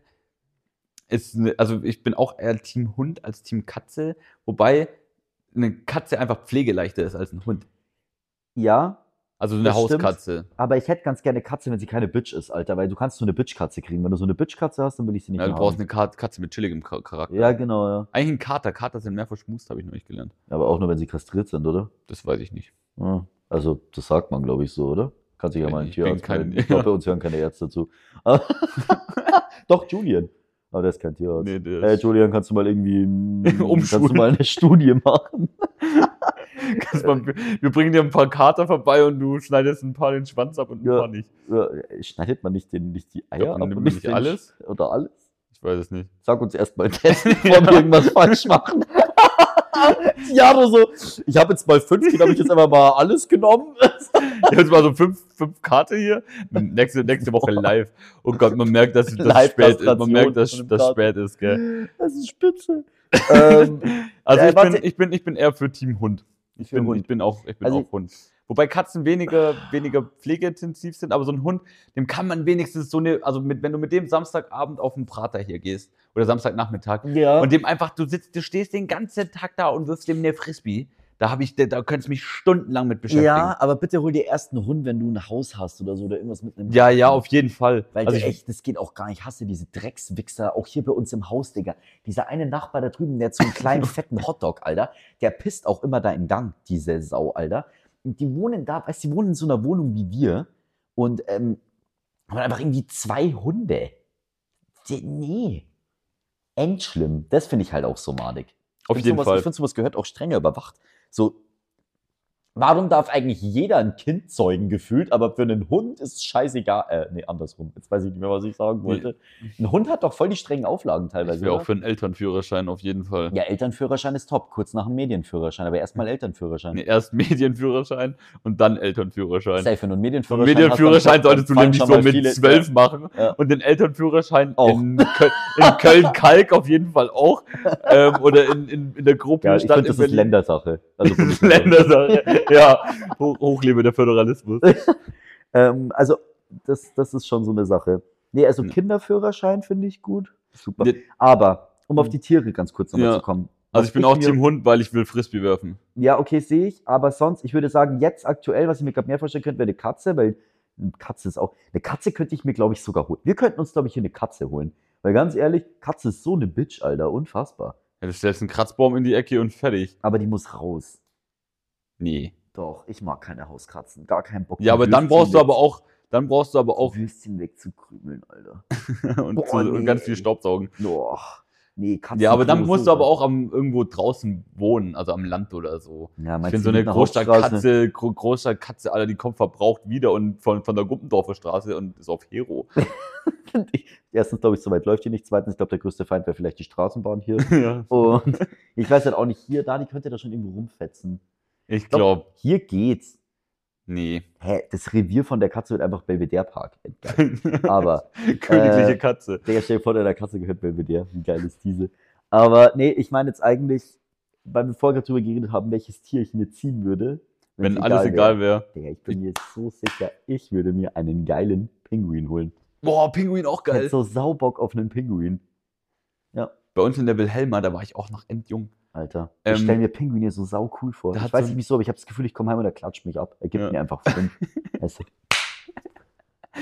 [SPEAKER 3] ist, ne- also ich bin auch eher Team Hund als Team Katze, wobei eine Katze einfach pflegeleichter ist als ein Hund.
[SPEAKER 2] Ja,
[SPEAKER 3] Also eine
[SPEAKER 2] Das stimmt.
[SPEAKER 3] Hauskatze.
[SPEAKER 2] aber ich hätte ganz gerne eine Katze, wenn sie keine Bitch ist, Alter, weil du kannst nur eine Bitch-Katze kriegen. Wenn du so eine Bitch-Katze hast, dann will ich sie nicht
[SPEAKER 3] Ja, du
[SPEAKER 2] mehr
[SPEAKER 3] brauchst
[SPEAKER 2] haben.
[SPEAKER 3] eine Ka- Katze mit chilligem Cha- Charakter.
[SPEAKER 2] Ja, genau, ja.
[SPEAKER 3] Eigentlich ein Kater. Kater sind mehr verschmust, habe ich neulich gelernt.
[SPEAKER 2] Aber auch nur, wenn sie kastriert sind, oder?
[SPEAKER 3] Das weiß ich nicht.
[SPEAKER 2] Ja. Also, das sagt man, glaube ich, so, oder? Kann sich ja mal ein
[SPEAKER 3] Ich
[SPEAKER 2] Tier
[SPEAKER 3] bin kein-
[SPEAKER 2] Ich glaube, bei uns hören keine Ärzte zu. Aber- Doch, Julian. Aber der ist kein Tierarzt.
[SPEAKER 3] Nee, das-
[SPEAKER 2] Hey, Julian, kannst Äh, du mal irgendwie mm, kannst du
[SPEAKER 3] Umschulen.
[SPEAKER 2] mal eine Studie machen?
[SPEAKER 3] Kannst mal- wir bringen dir ein paar Kater vorbei und du schneidest ein paar den Schwanz ab und ein
[SPEAKER 2] Ja.
[SPEAKER 3] paar nicht.
[SPEAKER 2] Ja, Schneidet man nicht, den, nicht die Eier
[SPEAKER 3] man
[SPEAKER 2] ab
[SPEAKER 3] nimmt
[SPEAKER 2] und
[SPEAKER 3] nicht
[SPEAKER 2] den
[SPEAKER 3] alles?
[SPEAKER 2] Sch- Oder alles?
[SPEAKER 3] Ich weiß es nicht.
[SPEAKER 2] Sag uns erstmal testen, bevor wir irgendwas falsch machen. Jaro so, ich habe jetzt mal fünf, die habe ich jetzt einfach mal alles genommen.
[SPEAKER 3] Jetzt mal so fünf, fünf Karte hier. Nächste, nächste Woche live. Oh Gott, man merkt, dass dass es spät ist. Man
[SPEAKER 2] Live-Kastration
[SPEAKER 3] merkt, dass
[SPEAKER 2] von dem
[SPEAKER 3] das
[SPEAKER 2] Kater.
[SPEAKER 3] spät ist, gell?
[SPEAKER 2] Das ist spitze. ähm,
[SPEAKER 3] Also
[SPEAKER 2] Äh,
[SPEAKER 3] ich, bin,
[SPEAKER 2] warte.
[SPEAKER 3] ich, bin, ich bin eher für Team Hund. Ich
[SPEAKER 2] Für
[SPEAKER 3] bin,
[SPEAKER 2] Hund.
[SPEAKER 3] Ich bin auch, ich bin
[SPEAKER 2] Also-
[SPEAKER 3] auch Hund. Wobei Katzen weniger, weniger pflegeintensiv sind, aber so ein Hund, dem kann man wenigstens so eine, also mit, wenn du mit dem Samstagabend auf den Prater hier gehst oder Samstagnachmittag,
[SPEAKER 2] ja.
[SPEAKER 3] Und dem einfach, du sitzt, du stehst den ganzen Tag da und wirfst dem eine Frisbee. Da habe ich, da, da könntest du mich stundenlang mit beschäftigen.
[SPEAKER 2] ja, aber bitte hol dir erst einen Hund, wenn du ein Haus hast oder so oder irgendwas mit einem
[SPEAKER 3] ja, ja, auf jeden Fall.
[SPEAKER 2] Weil
[SPEAKER 3] also
[SPEAKER 2] der
[SPEAKER 3] ich,
[SPEAKER 2] echt, das geht auch gar nicht. Ich hasse diese Dreckswichser, auch hier bei uns im Haus, Digga. Dieser eine Nachbar da drüben, der hat so einen kleinen fetten Hotdog, Alter, der pisst auch immer da im Gang, diese Sau, Alter. Und die wohnen da, weißt du, die wohnen in so einer Wohnung wie wir und ähm, haben einfach irgendwie zwei Hunde. Die, nee. Endschlimm. Das finde ich halt auch so madig. Ich
[SPEAKER 3] auf
[SPEAKER 2] find
[SPEAKER 3] jeden
[SPEAKER 2] sowas,
[SPEAKER 3] Fall.
[SPEAKER 2] Ich finde, sowas gehört auch strenger überwacht. So, warum darf eigentlich jeder ein Kind zeugen gefühlt, aber für einen Hund ist es scheißegal. Äh, nee, andersrum. Jetzt weiß ich nicht mehr, was ich sagen wollte. Ein Hund hat doch voll die strengen Auflagen
[SPEAKER 3] Das
[SPEAKER 2] teilweise.
[SPEAKER 3] wäre auch
[SPEAKER 2] Oder?
[SPEAKER 3] für einen Elternführerschein auf jeden Fall.
[SPEAKER 2] Ja, Elternführerschein ist top. Kurz nach dem Medienführerschein, aber erstmal Elternführerschein.
[SPEAKER 3] Nee, erst Medienführerschein und dann Elternführerschein.
[SPEAKER 2] Safe, wenn du einen
[SPEAKER 3] Und
[SPEAKER 2] Medienführerschein.
[SPEAKER 3] Medienführerschein
[SPEAKER 2] hast, dann- dann
[SPEAKER 3] solltest du nämlich
[SPEAKER 2] fallen
[SPEAKER 3] so
[SPEAKER 2] schon mal
[SPEAKER 3] mit
[SPEAKER 2] viele-
[SPEAKER 3] zwölf
[SPEAKER 2] Ja.
[SPEAKER 3] machen
[SPEAKER 2] Ja. Oh.
[SPEAKER 3] und den Elternführerschein
[SPEAKER 2] Auch.
[SPEAKER 3] in, Köl in Köln-Kalk auf jeden Fall auch ähm, oder in, in, in der Gruppe
[SPEAKER 2] Ja, ich finde, das ist Ländersache. Also,
[SPEAKER 3] Das ist Ländersache. ja, hoch, hochlebe der Föderalismus.
[SPEAKER 2] ähm, also das, das ist schon so eine Sache. Nee, also
[SPEAKER 3] Ja.
[SPEAKER 2] Kinderführerschein finde ich gut. Super.
[SPEAKER 3] Nee.
[SPEAKER 2] Aber, um auf die Tiere ganz kurz nochmal
[SPEAKER 3] Hm. Ja.
[SPEAKER 2] zu kommen.
[SPEAKER 3] Also
[SPEAKER 2] was
[SPEAKER 3] ich bin auch
[SPEAKER 2] mir-
[SPEAKER 3] Team Hund, weil ich will Frisbee werfen.
[SPEAKER 2] Ja, okay, sehe ich. Aber sonst, ich würde sagen, jetzt aktuell, was ich mir gerade mehr vorstellen könnte, wäre eine Katze, weil eine Katze ist auch. Eine Katze könnte ich mir, glaube ich, sogar holen. Wir könnten uns, glaube ich, hier eine Katze holen. Weil ganz ehrlich, Katze ist so eine Bitch, Alter. Unfassbar.
[SPEAKER 3] Ja, du stellst einen Kratzbaum in die Ecke und fertig.
[SPEAKER 2] Aber die muss raus.
[SPEAKER 3] Nee.
[SPEAKER 2] Doch, ich mag keine Hauskatzen. Gar keinen Bock.
[SPEAKER 3] Ja, aber dann brauchst du aber auch, dann brauchst du aber auch
[SPEAKER 2] Auf Würstchen wegzukrümeln, Alter.
[SPEAKER 3] und,
[SPEAKER 2] Boah,
[SPEAKER 3] zu, und
[SPEAKER 2] nee,
[SPEAKER 3] ganz viel
[SPEAKER 2] ey.
[SPEAKER 3] Staubsaugen.
[SPEAKER 2] Boah. Nee, Katzen.
[SPEAKER 3] Ja, aber dann
[SPEAKER 2] kriegen
[SPEAKER 3] musst
[SPEAKER 2] so
[SPEAKER 3] du aber
[SPEAKER 2] was.
[SPEAKER 3] auch am, irgendwo draußen wohnen, also am Land oder so.
[SPEAKER 2] Ja,
[SPEAKER 3] Ich
[SPEAKER 2] meinst
[SPEAKER 3] finde
[SPEAKER 2] du,
[SPEAKER 3] so
[SPEAKER 2] die
[SPEAKER 3] eine
[SPEAKER 2] Wiener Hauptstraße?
[SPEAKER 3] Großstadtkatze, Gro Großstadtkatze, Alter, die kommt verbraucht wieder und von, von der Gumpendorfer Straße und ist auf Hero.
[SPEAKER 2] Erstens, glaube ich, so weit läuft hier nicht. Zweitens, ich glaube, der größte Feind wäre vielleicht die Straßenbahn hier.
[SPEAKER 3] ja.
[SPEAKER 2] Und ich weiß halt auch nicht, hier, Dani könnte da schon irgendwo rumfetzen.
[SPEAKER 3] Ich glaube,
[SPEAKER 2] Hier geht's.
[SPEAKER 3] nee.
[SPEAKER 2] Hä, das Revier von der Katze wird einfach Belvedere Park. Entgeil. Aber,
[SPEAKER 3] Königliche Katze.
[SPEAKER 2] Digga, stell dir vor, deiner Katze gehört Belvedere. Wie geil ist diese? Aber nee, ich meine jetzt eigentlich, weil wir vorher darüber geredet haben, welches Tier ich mir ziehen würde.
[SPEAKER 3] Wenn
[SPEAKER 2] wenn's
[SPEAKER 3] alles egal
[SPEAKER 2] wäre.
[SPEAKER 3] wäre.
[SPEAKER 2] Digga, ich bin mir so sicher, ich würde mir einen geilen Pinguin holen.
[SPEAKER 3] Boah, Pinguin auch
[SPEAKER 2] Ich
[SPEAKER 3] geil.
[SPEAKER 2] hätte so saubock auf einen Pinguin.
[SPEAKER 3] Bei uns in der Wilhelma, da war ich auch noch endjung.
[SPEAKER 2] Alter,
[SPEAKER 3] Ähm,
[SPEAKER 2] ich stelle mir Pinguine so sau cool vor.
[SPEAKER 3] da hat
[SPEAKER 2] Ich
[SPEAKER 3] so
[SPEAKER 2] weiß
[SPEAKER 3] ein-
[SPEAKER 2] nicht wieso, aber ich habe das Gefühl, ich komme heim und er klatscht mich ab. Er gibt
[SPEAKER 3] Ja.
[SPEAKER 2] mir einfach fünf. weißt du?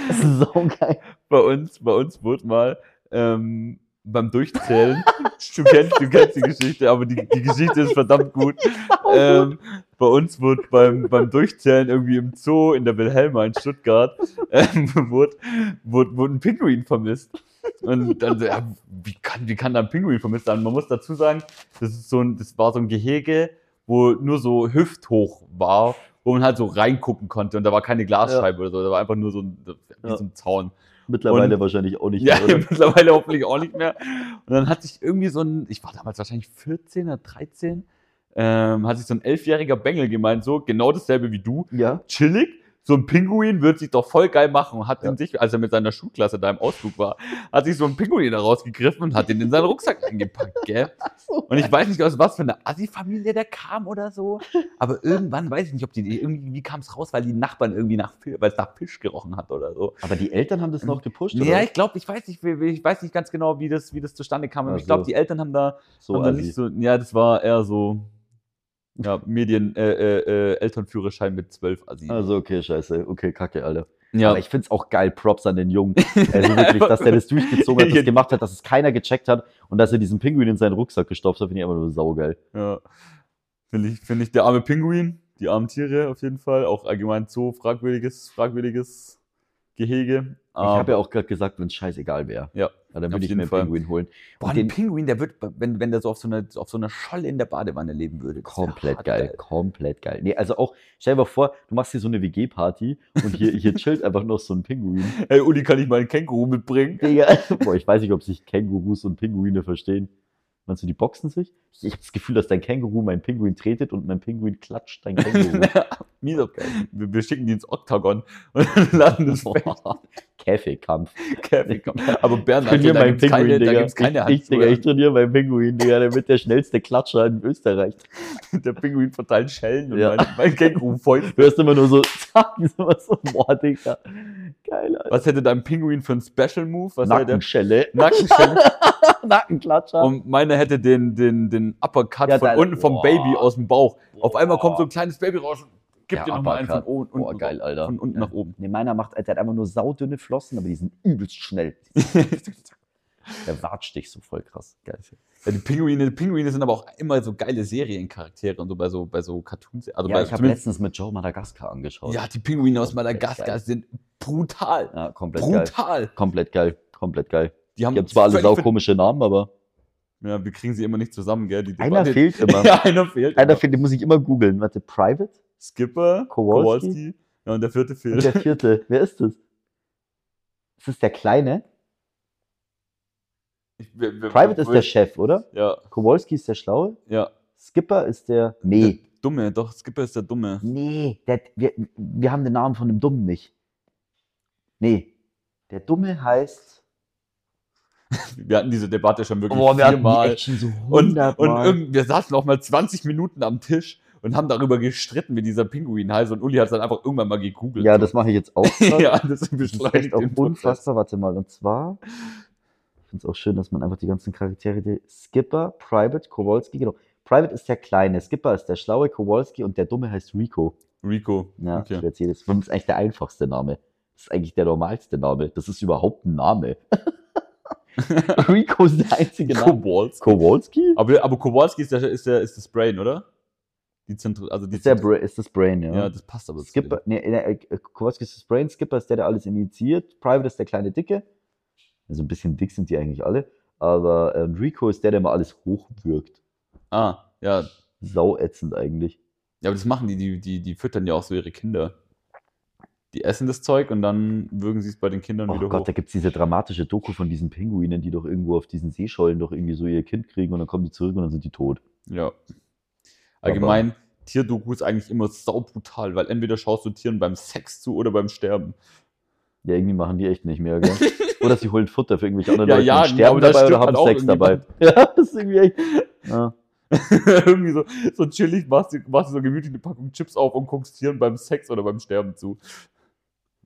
[SPEAKER 2] Das ist so geil.
[SPEAKER 3] bei uns, bei uns wurde mal ähm, beim Durchzählen. du, kennst, du kennst die Geschichte, aber die, die Geschichte ist verdammt gut. Ähm, bei uns wurde beim, beim Durchzählen irgendwie im Zoo in der Wilhelma in Stuttgart ähm, wurde, wurde, wurde ein Pinguin vermisst. Und dann so, ja, wie kann, wie kann da ein Pinguin vermisst sein? Man muss dazu sagen, das, ist so ein, das war so ein Gehege, wo nur so hüfthoch war, wo man halt so reingucken konnte und da war keine Glasscheibe oder so, da war einfach nur so ein, wie
[SPEAKER 2] Ja.
[SPEAKER 3] so ein Zaun.
[SPEAKER 2] Mittlerweile
[SPEAKER 3] Und-
[SPEAKER 2] wahrscheinlich auch nicht
[SPEAKER 3] Ja,
[SPEAKER 2] mehr. Oder?
[SPEAKER 3] mittlerweile hoffentlich auch nicht mehr. Und dann hat sich irgendwie so ein, ich war damals wahrscheinlich 14 oder 13, ähm, hat sich so ein elfjähriger Bengel gemeint, so genau dasselbe wie du,
[SPEAKER 2] Ja.
[SPEAKER 3] chillig. So ein Pinguin wird sich doch voll geil machen und hat
[SPEAKER 2] Ja.
[SPEAKER 3] ihn sich, als er mit seiner Schulklasse da im Ausflug war, hat sich so ein Pinguin da rausgegriffen und hat ihn in seinen Rucksack eingepackt, gell? Und ich weiß nicht, aus was für einer Assi-Familie der kam oder so, aber irgendwann weiß ich nicht, ob die, die irgendwie kam es raus, weil die Nachbarn irgendwie nach, Fi- weil es nach Fisch gerochen hat oder so.
[SPEAKER 2] Aber die Eltern haben das noch gepusht,
[SPEAKER 3] Ja,
[SPEAKER 2] oder?
[SPEAKER 3] ich glaube, ich weiß nicht, wie- wie- ich weiß nicht ganz genau, wie das, wie das zustande kam.
[SPEAKER 2] Ach
[SPEAKER 3] ich glaube,
[SPEAKER 2] so.
[SPEAKER 3] die Eltern haben da,
[SPEAKER 2] Also So,
[SPEAKER 3] haben da
[SPEAKER 2] also
[SPEAKER 3] nicht so, ja, das war eher so, ja, Medien, äh, äh, äh, Elternführerschein mit zwölf, Assi.
[SPEAKER 2] also okay, scheiße. Okay, kacke, Alter.
[SPEAKER 3] ja,
[SPEAKER 2] Aber ich find's auch geil, Props an den Jungen. Also wirklich, dass der das durchgezogen hat, das gemacht hat, dass es keiner gecheckt hat und dass er diesen Pinguin in seinen Rucksack gestopft hat, finde ich einfach nur saugeil.
[SPEAKER 3] ja. Finde ich, finde ich, der arme Pinguin, die armen Tiere auf jeden Fall, auch allgemein so fragwürdiges, fragwürdiges Gehege. Ähm,
[SPEAKER 2] Ich habe ja auch gerade gesagt, wenn es scheißegal wäre.
[SPEAKER 3] Ja,
[SPEAKER 2] Dann
[SPEAKER 3] auf
[SPEAKER 2] würde ich
[SPEAKER 3] jeden
[SPEAKER 2] mir einen
[SPEAKER 3] Fall.
[SPEAKER 2] Pinguin holen.
[SPEAKER 3] boah,
[SPEAKER 2] und
[SPEAKER 3] ein
[SPEAKER 2] den-
[SPEAKER 3] Pinguin, der wird, wenn, wenn der so auf so einer, auf so einer Scholle in der Badewanne leben würde. das wär
[SPEAKER 2] Komplett
[SPEAKER 3] hart
[SPEAKER 2] geil, komplett geil. Nee, also auch, stell dir mal vor, du machst hier so eine WG-Party und hier, hier chillt einfach noch so ein Pinguin.
[SPEAKER 3] Hey, Uli, kann ich mal einen Känguru mitbringen?
[SPEAKER 2] Digga. Boah, ich weiß nicht, ob sich Kängurus und Pinguine verstehen. Meinst du, die boxen sich? Ich, ich habe das Gefühl, dass dein Känguru meinen Pinguin tretet und mein Pinguin klatscht dein Känguru.
[SPEAKER 3] Mieser. Wir, wir schicken die ins Oktagon und laden das
[SPEAKER 2] Boah, Käfigkampf.
[SPEAKER 3] Käfig kommen. Aber Bernd,
[SPEAKER 2] Ich trainiere
[SPEAKER 3] Alter, da
[SPEAKER 2] meinen
[SPEAKER 3] gibt's
[SPEAKER 2] Pinguin,
[SPEAKER 3] keine, da
[SPEAKER 2] Digga.
[SPEAKER 3] gibt's keine
[SPEAKER 2] ich, ich, Digga,
[SPEAKER 3] Handschuhe.
[SPEAKER 2] ich trainiere meinen Pinguin, Digga, damit der schnellste Klatscher in Österreich.
[SPEAKER 3] Der Pinguin verteilt Schellen und
[SPEAKER 2] Ja.
[SPEAKER 3] mein, mein Känguru feucht.
[SPEAKER 2] Du hörst immer nur so, zack, so, so, boah, Digga. Geil, Alter.
[SPEAKER 3] Was hätte dein Pinguin für einen Special Move? Was hätte
[SPEAKER 2] Nackenschelle.
[SPEAKER 3] Nackenschelle.
[SPEAKER 2] Nackenklatscher.
[SPEAKER 3] Und meiner hätte den, den, den Uppercut
[SPEAKER 2] Ja,
[SPEAKER 3] von
[SPEAKER 2] da-
[SPEAKER 3] unten vom
[SPEAKER 2] Boah.
[SPEAKER 3] Baby aus dem Bauch. Auf einmal kommt so
[SPEAKER 2] Boah.
[SPEAKER 3] ein kleines Baby raus und gibt
[SPEAKER 2] Der
[SPEAKER 3] dir nochmal einen von
[SPEAKER 2] Uppercut.
[SPEAKER 3] oben. unten
[SPEAKER 2] Boah, geil, Alter.
[SPEAKER 3] Von unten
[SPEAKER 2] Ja.
[SPEAKER 3] nach oben.
[SPEAKER 2] Nee, meiner macht, Alter, hat einfach nur saudünne Flossen, aber die sind übelst schnell. Der watscht dich so voll krass. Geil.
[SPEAKER 3] Ja, die Pinguine, Pinguine sind aber auch immer so geile Seriencharaktere und so bei so, bei so Cartoons. Also
[SPEAKER 2] ja,
[SPEAKER 3] bei,
[SPEAKER 2] ich habe
[SPEAKER 3] zumindest-
[SPEAKER 2] letztens mit Joe Madagaskar angeschaut.
[SPEAKER 3] ja, die Pinguine aus
[SPEAKER 2] Geil.
[SPEAKER 3] Madagaskar sind brutal.
[SPEAKER 2] Ja, komplett geil.
[SPEAKER 3] Brutal.
[SPEAKER 2] Komplett geil. Komplett geil.
[SPEAKER 3] Die haben
[SPEAKER 2] Die haben zwar alle
[SPEAKER 3] völlig ver-
[SPEAKER 2] saukomische Namen, aber
[SPEAKER 3] Ja, wir kriegen sie immer nicht zusammen, gell? Die
[SPEAKER 2] einer
[SPEAKER 3] Debatte-
[SPEAKER 2] fehlt immer.
[SPEAKER 3] Ja, einer fehlt.
[SPEAKER 2] Einer
[SPEAKER 3] immer.
[SPEAKER 2] fehlt, den muss ich immer googeln. Warte, Private?
[SPEAKER 3] Skipper, Kowalski.
[SPEAKER 2] Kowalski.
[SPEAKER 3] Ja, und der vierte
[SPEAKER 2] Und
[SPEAKER 3] fehlt.
[SPEAKER 2] der vierte. Wer ist das? Ist das der Kleine?
[SPEAKER 3] Ich- wir- wir-
[SPEAKER 2] Private
[SPEAKER 3] wir-
[SPEAKER 2] ist der Chef, oder?
[SPEAKER 3] Ja,
[SPEAKER 2] Kowalski ist der Schlaue?
[SPEAKER 3] ja.
[SPEAKER 2] Skipper ist der. Nee.
[SPEAKER 3] Der Dumme, doch, Skipper ist der Dumme.
[SPEAKER 2] Nee, der, wir, wir haben den Namen von dem Dummen nicht. Nee. Der Dumme heißt.
[SPEAKER 3] Wir hatten diese Debatte schon wirklich
[SPEAKER 2] Boah, Oh, wir hatten die
[SPEAKER 3] viermal.
[SPEAKER 2] echt schon so
[SPEAKER 3] Und, und
[SPEAKER 2] 100
[SPEAKER 3] irgend- wir saßen auch mal 20 Minuten am Tisch und haben darüber gestritten, wie dieser Pinguin heißt. Und Uli hat es dann einfach irgendwann mal gegoogelt.
[SPEAKER 2] Ja, das mache ich jetzt auch. grad.
[SPEAKER 3] ja, das
[SPEAKER 2] Das ist echt
[SPEAKER 3] beschleunigt
[SPEAKER 2] auch
[SPEAKER 3] den Prozess.
[SPEAKER 2] unfassbar. Warte mal, und zwar, ich finde es auch schön, dass man einfach die ganzen Charaktere, die Skipper, Private, Kowalski, genau. Private ist der Kleine, Skipper ist der Schlaue, Kowalski und der Dumme heißt Rico.
[SPEAKER 3] Rico.
[SPEAKER 2] Ja,
[SPEAKER 3] Okay.
[SPEAKER 2] ich werd's jedes. Das ist eigentlich der einfachste Name. Das ist eigentlich der normalste Name. Das ist überhaupt ein Name. Rico ist der einzige Name.
[SPEAKER 3] Kowalski.
[SPEAKER 2] Kowalski?
[SPEAKER 3] Aber, aber Kowalski ist, der, ist, der, ist das Brain, oder? Die Zentral, also die
[SPEAKER 2] Ist, der
[SPEAKER 3] Zentral-
[SPEAKER 2] Bra ist das Brain, ne? ja.
[SPEAKER 3] Ja, das passt aber zu
[SPEAKER 2] Skipper, nee, nee, äh, Kowalski ist das Brain, Skipper ist der, der alles initiiert, Private ist der kleine Dicke. Also ein bisschen dick sind die eigentlich alle. Aber ähm, Rico ist der, der mal alles hochwirkt.
[SPEAKER 3] dem. Ah, ja.
[SPEAKER 2] Sauätzend eigentlich.
[SPEAKER 3] Ja, aber das machen die, die, die, die füttern ja auch so ihre Kinder. Die essen das Zeug und dann würgen sie es bei den Kindern
[SPEAKER 2] Oh
[SPEAKER 3] wieder
[SPEAKER 2] Gott, da
[SPEAKER 3] hoch.
[SPEAKER 2] gibt es diese dramatische Doku von diesen Pinguinen, die doch irgendwo auf diesen Seeschollen doch irgendwie so ihr Kind kriegen und dann kommen die zurück und dann sind die tot.
[SPEAKER 3] Ja. Allgemein, Tierdoku ist eigentlich immer saubrutal, weil entweder schaust du Tieren beim Sex zu oder beim Sterben.
[SPEAKER 2] Ja, irgendwie machen die echt nicht mehr, gell? Oder sie holen Futter für irgendwelche anderen
[SPEAKER 3] Ja,
[SPEAKER 2] Leute
[SPEAKER 3] jagen,
[SPEAKER 2] und sterben
[SPEAKER 3] aber
[SPEAKER 2] dabei
[SPEAKER 3] da
[SPEAKER 2] oder
[SPEAKER 3] stirbt
[SPEAKER 2] haben
[SPEAKER 3] halt auch
[SPEAKER 2] Sex dabei. Ja, das ist irgendwie echt. Ja.
[SPEAKER 3] Irgendwie so, so chillig machst du, machst du so gemütlich eine Packung Chips auf und guckst Tieren beim Sex oder beim Sterben zu.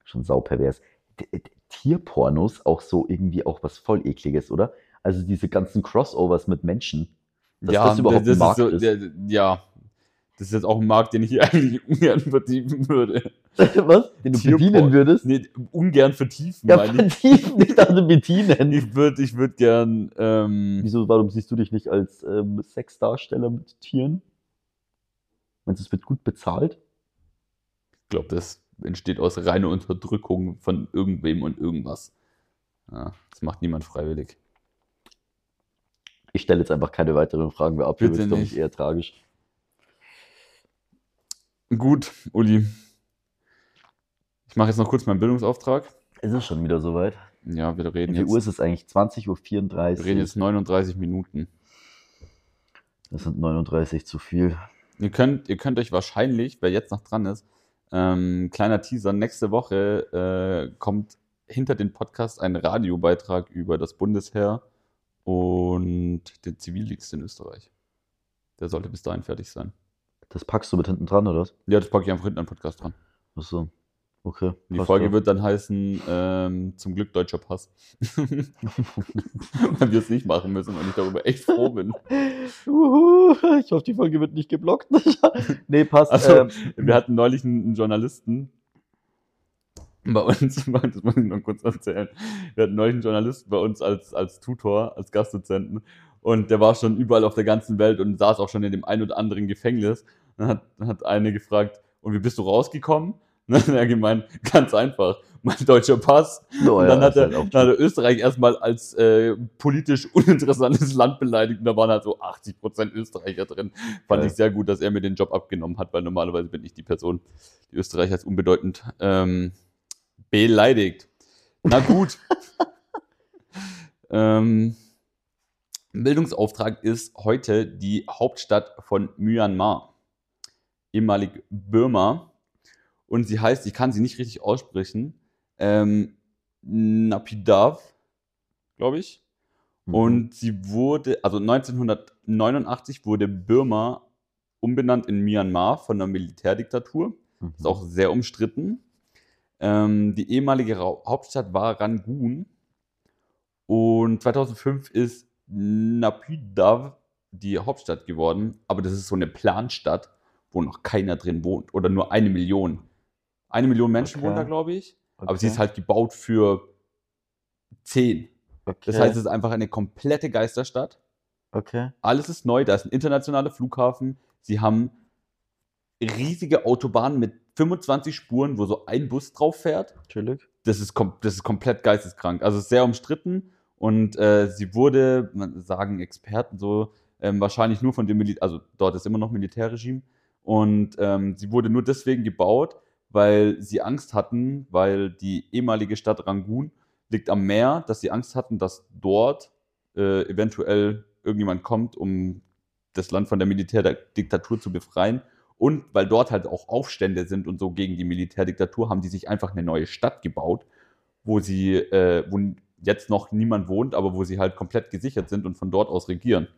[SPEAKER 2] schon saupervers. D- d- Tierpornos auch so irgendwie auch was voll ekliges, oder? Also diese ganzen Crossovers mit Menschen. Dass das überhaupt ein Markt
[SPEAKER 3] so,
[SPEAKER 2] ist.
[SPEAKER 3] der- ja. Das ist jetzt auch ein Markt, den ich eigentlich ungern vertiefen würde.
[SPEAKER 2] Was? Den du
[SPEAKER 3] Tierpor-
[SPEAKER 2] bedienen würdest?
[SPEAKER 3] Nee, ungern vertiefen,
[SPEAKER 2] Ja,
[SPEAKER 3] meine ich.
[SPEAKER 2] vertiefen, ich dachte bedienen.
[SPEAKER 3] Ich würde ich würd gern. Ähm,
[SPEAKER 2] Wieso, warum siehst du dich nicht als ähm, Sexdarsteller mit Tieren? Meinst du, es wird gut bezahlt?
[SPEAKER 3] ich glaube, das entsteht aus reiner Unterdrückung von irgendwem und irgendwas. Ja, das macht niemand freiwillig.
[SPEAKER 2] Ich stelle jetzt einfach keine weiteren Fragen mehr ab.
[SPEAKER 3] Bitte
[SPEAKER 2] wird's, glaub ich,
[SPEAKER 3] nicht.
[SPEAKER 2] eher tragisch.
[SPEAKER 3] Gut, Uli. Ich mache jetzt noch kurz meinen Bildungsauftrag.
[SPEAKER 2] Es ist schon wieder soweit.
[SPEAKER 3] Ja, wir reden
[SPEAKER 2] Wie viel Uhr
[SPEAKER 3] jetzt,
[SPEAKER 2] ist es eigentlich? 20.34
[SPEAKER 3] wir
[SPEAKER 2] Uhr.
[SPEAKER 3] reden jetzt 39 Minuten.
[SPEAKER 2] Das sind 39 zu viel.
[SPEAKER 3] Ihr könnt, ihr könnt euch wahrscheinlich, wer jetzt noch dran ist, ähm, kleiner Teaser, nächste Woche äh, kommt hinter den Podcast ein Radiobeitrag über das Bundesheer und den Zivildienst in Österreich. Der sollte bis dahin fertig sein.
[SPEAKER 2] Das packst du mit hinten dran, oder was?
[SPEAKER 3] Ja, das packe ich einfach hinten an den Podcast dran.
[SPEAKER 2] Achso. Okay.
[SPEAKER 3] Die
[SPEAKER 2] passt
[SPEAKER 3] Folge
[SPEAKER 2] ja.
[SPEAKER 3] wird dann heißen, ähm, zum Glück deutscher Pass. Weil wir es nicht machen müssen und ich darüber echt froh bin.
[SPEAKER 2] Juhu, ich hoffe, die Folge wird nicht geblockt. nee, passt.
[SPEAKER 3] Also,
[SPEAKER 2] ähm,
[SPEAKER 3] wir hatten neulich einen einen Journalisten bei uns, das muss ich noch kurz erzählen, wir hatten neulich einen Journalisten bei uns als, als Tutor, als Gastdozenten und der war schon überall auf der ganzen Welt und saß auch schon in dem ein oder anderen Gefängnis. Dann hat, dann hat eine gefragt, und wie bist du rausgekommen? Und dann hat er gemeint, ganz einfach, mein deutscher Pass.
[SPEAKER 2] oh
[SPEAKER 3] Und
[SPEAKER 2] ja,
[SPEAKER 3] dann, hat
[SPEAKER 2] ist
[SPEAKER 3] er,
[SPEAKER 2] halt auch
[SPEAKER 3] dann hat er Österreich erstmal als äh, politisch uninteressantes Land beleidigt und da waren halt so 80% Österreicher drin. Fand
[SPEAKER 2] Geil.
[SPEAKER 3] ich sehr gut, dass er mir den Job abgenommen hat, weil normalerweise bin ich die Person, die Österreicher als unbedeutend ähm, beleidigt. Na gut. ähm, Bildungsauftrag ist heute die Hauptstadt von Myanmar, ehemalig Birma. Und sie heißt, ich kann sie nicht richtig aussprechen, ähm, Napidav, glaube ich.
[SPEAKER 2] Mhm.
[SPEAKER 3] Und sie wurde, also 1989 wurde Birma umbenannt in Myanmar von einer Militärdiktatur.
[SPEAKER 2] Mhm.
[SPEAKER 3] Ist auch sehr umstritten. Ähm, die ehemalige Ra Hauptstadt war Rangoon. Und 2005 ist Napidav die Hauptstadt geworden. Aber das ist so eine Planstadt, wo noch keiner drin wohnt. Oder nur eine Million. Eine Million Menschen
[SPEAKER 2] Okay.
[SPEAKER 3] wohnen da, glaube ich. Aber sie
[SPEAKER 2] Okay.
[SPEAKER 3] ist halt gebaut für zehn. Das
[SPEAKER 2] Okay.
[SPEAKER 3] heißt, es ist einfach eine komplette Geisterstadt.
[SPEAKER 2] Okay.
[SPEAKER 3] Alles ist neu, da ist ein internationaler Flughafen. Sie haben riesige Autobahnen mit 25 Spuren, wo so ein Bus drauf fährt.
[SPEAKER 2] Chillig.
[SPEAKER 3] Das ist, kom das ist komplett geisteskrank. Also es ist sehr umstritten und äh, sie wurde, man sagen Experten so, ähm, wahrscheinlich nur von dem Militär, also dort ist immer noch Militärregime und ähm, sie wurde nur deswegen gebaut, weil sie Angst hatten, weil die ehemalige Stadt Rangoon liegt am Meer, dass sie Angst hatten, dass dort äh, eventuell irgendjemand kommt, um das Land von der Militärdiktatur zu befreien. Und weil dort halt auch Aufstände sind und so gegen die Militärdiktatur, haben die sich einfach eine neue Stadt gebaut, wo sie, äh, wo n- jetzt noch niemand wohnt, aber wo sie halt komplett gesichert sind und von dort aus regieren.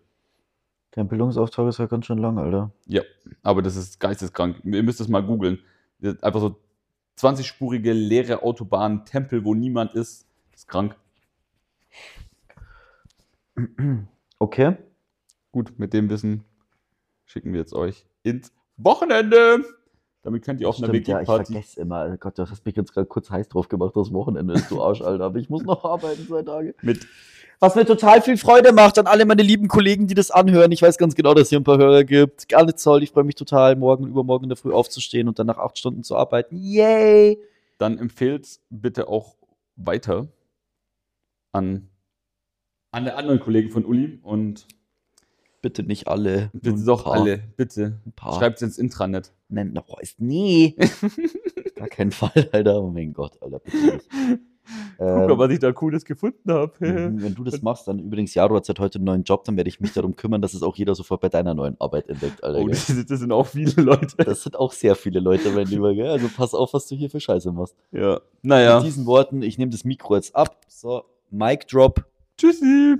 [SPEAKER 2] Dein Bildungsauftrag ist ja ganz schön lang, Alter.
[SPEAKER 3] Aber das ist geisteskrank. Ihr müsst es mal googeln. Das ist Einfach so 20-spurige, leere Autobahnen, Tempel, wo niemand ist. Das ist krank.
[SPEAKER 2] Okay.
[SPEAKER 3] Gut, mit dem Wissen schicken wir jetzt euch ins Wochenende. Damit könnt ihr auf einer
[SPEAKER 2] Stimmt, ja, ich
[SPEAKER 3] WG-Party.
[SPEAKER 2] vergesse immer. Oh Gott, du hast mich jetzt gerade kurz heiß drauf gemacht. Das Wochenende ist du Arsch, Alter. Aber ich muss noch arbeiten, zwei Tage.
[SPEAKER 3] mit
[SPEAKER 2] Was mir total viel Freude macht an alle meine lieben Kollegen, die das anhören. Ich weiß ganz genau, dass es hier ein paar Hörer gibt. Alle toll. Ich freue mich total, morgen und übermorgen in der Früh aufzustehen und dann nach acht Stunden zu arbeiten. Yay!
[SPEAKER 3] dann empfehlt bitte auch weiter an alle anderen Kollegen von Uli und
[SPEAKER 2] Bitte nicht alle.
[SPEAKER 3] bitte
[SPEAKER 2] Nur ein
[SPEAKER 3] doch
[SPEAKER 2] paar.
[SPEAKER 3] alle, Ah. bitte.
[SPEAKER 2] Ein paar.
[SPEAKER 3] Schreibt es ins Intranet.
[SPEAKER 2] Nennt noch ist nie. Gar keinen Fall, Alter. Oh mein Gott, Alter. Bitte nicht.
[SPEAKER 3] Guck
[SPEAKER 2] Ähm,
[SPEAKER 3] mal, was ich da Cooles gefunden habe.
[SPEAKER 2] Mhm, Wenn du das machst, dann übrigens, ja, du hast halt heute einen neuen Job, dann werde ich mich darum kümmern, dass es auch jeder sofort bei deiner neuen Arbeit entdeckt, Alter.
[SPEAKER 3] oh,
[SPEAKER 2] gell?
[SPEAKER 3] das, das sind auch viele Leute.
[SPEAKER 2] Das sind auch sehr viele Leute, mein Lieber, gell? Also pass auf, was du hier für Scheiße machst.
[SPEAKER 3] Ja.
[SPEAKER 2] Mit
[SPEAKER 3] Naja.
[SPEAKER 2] diesen Worten, ich nehme das Mikro jetzt ab. So, Mic Drop.
[SPEAKER 3] Tschüssi.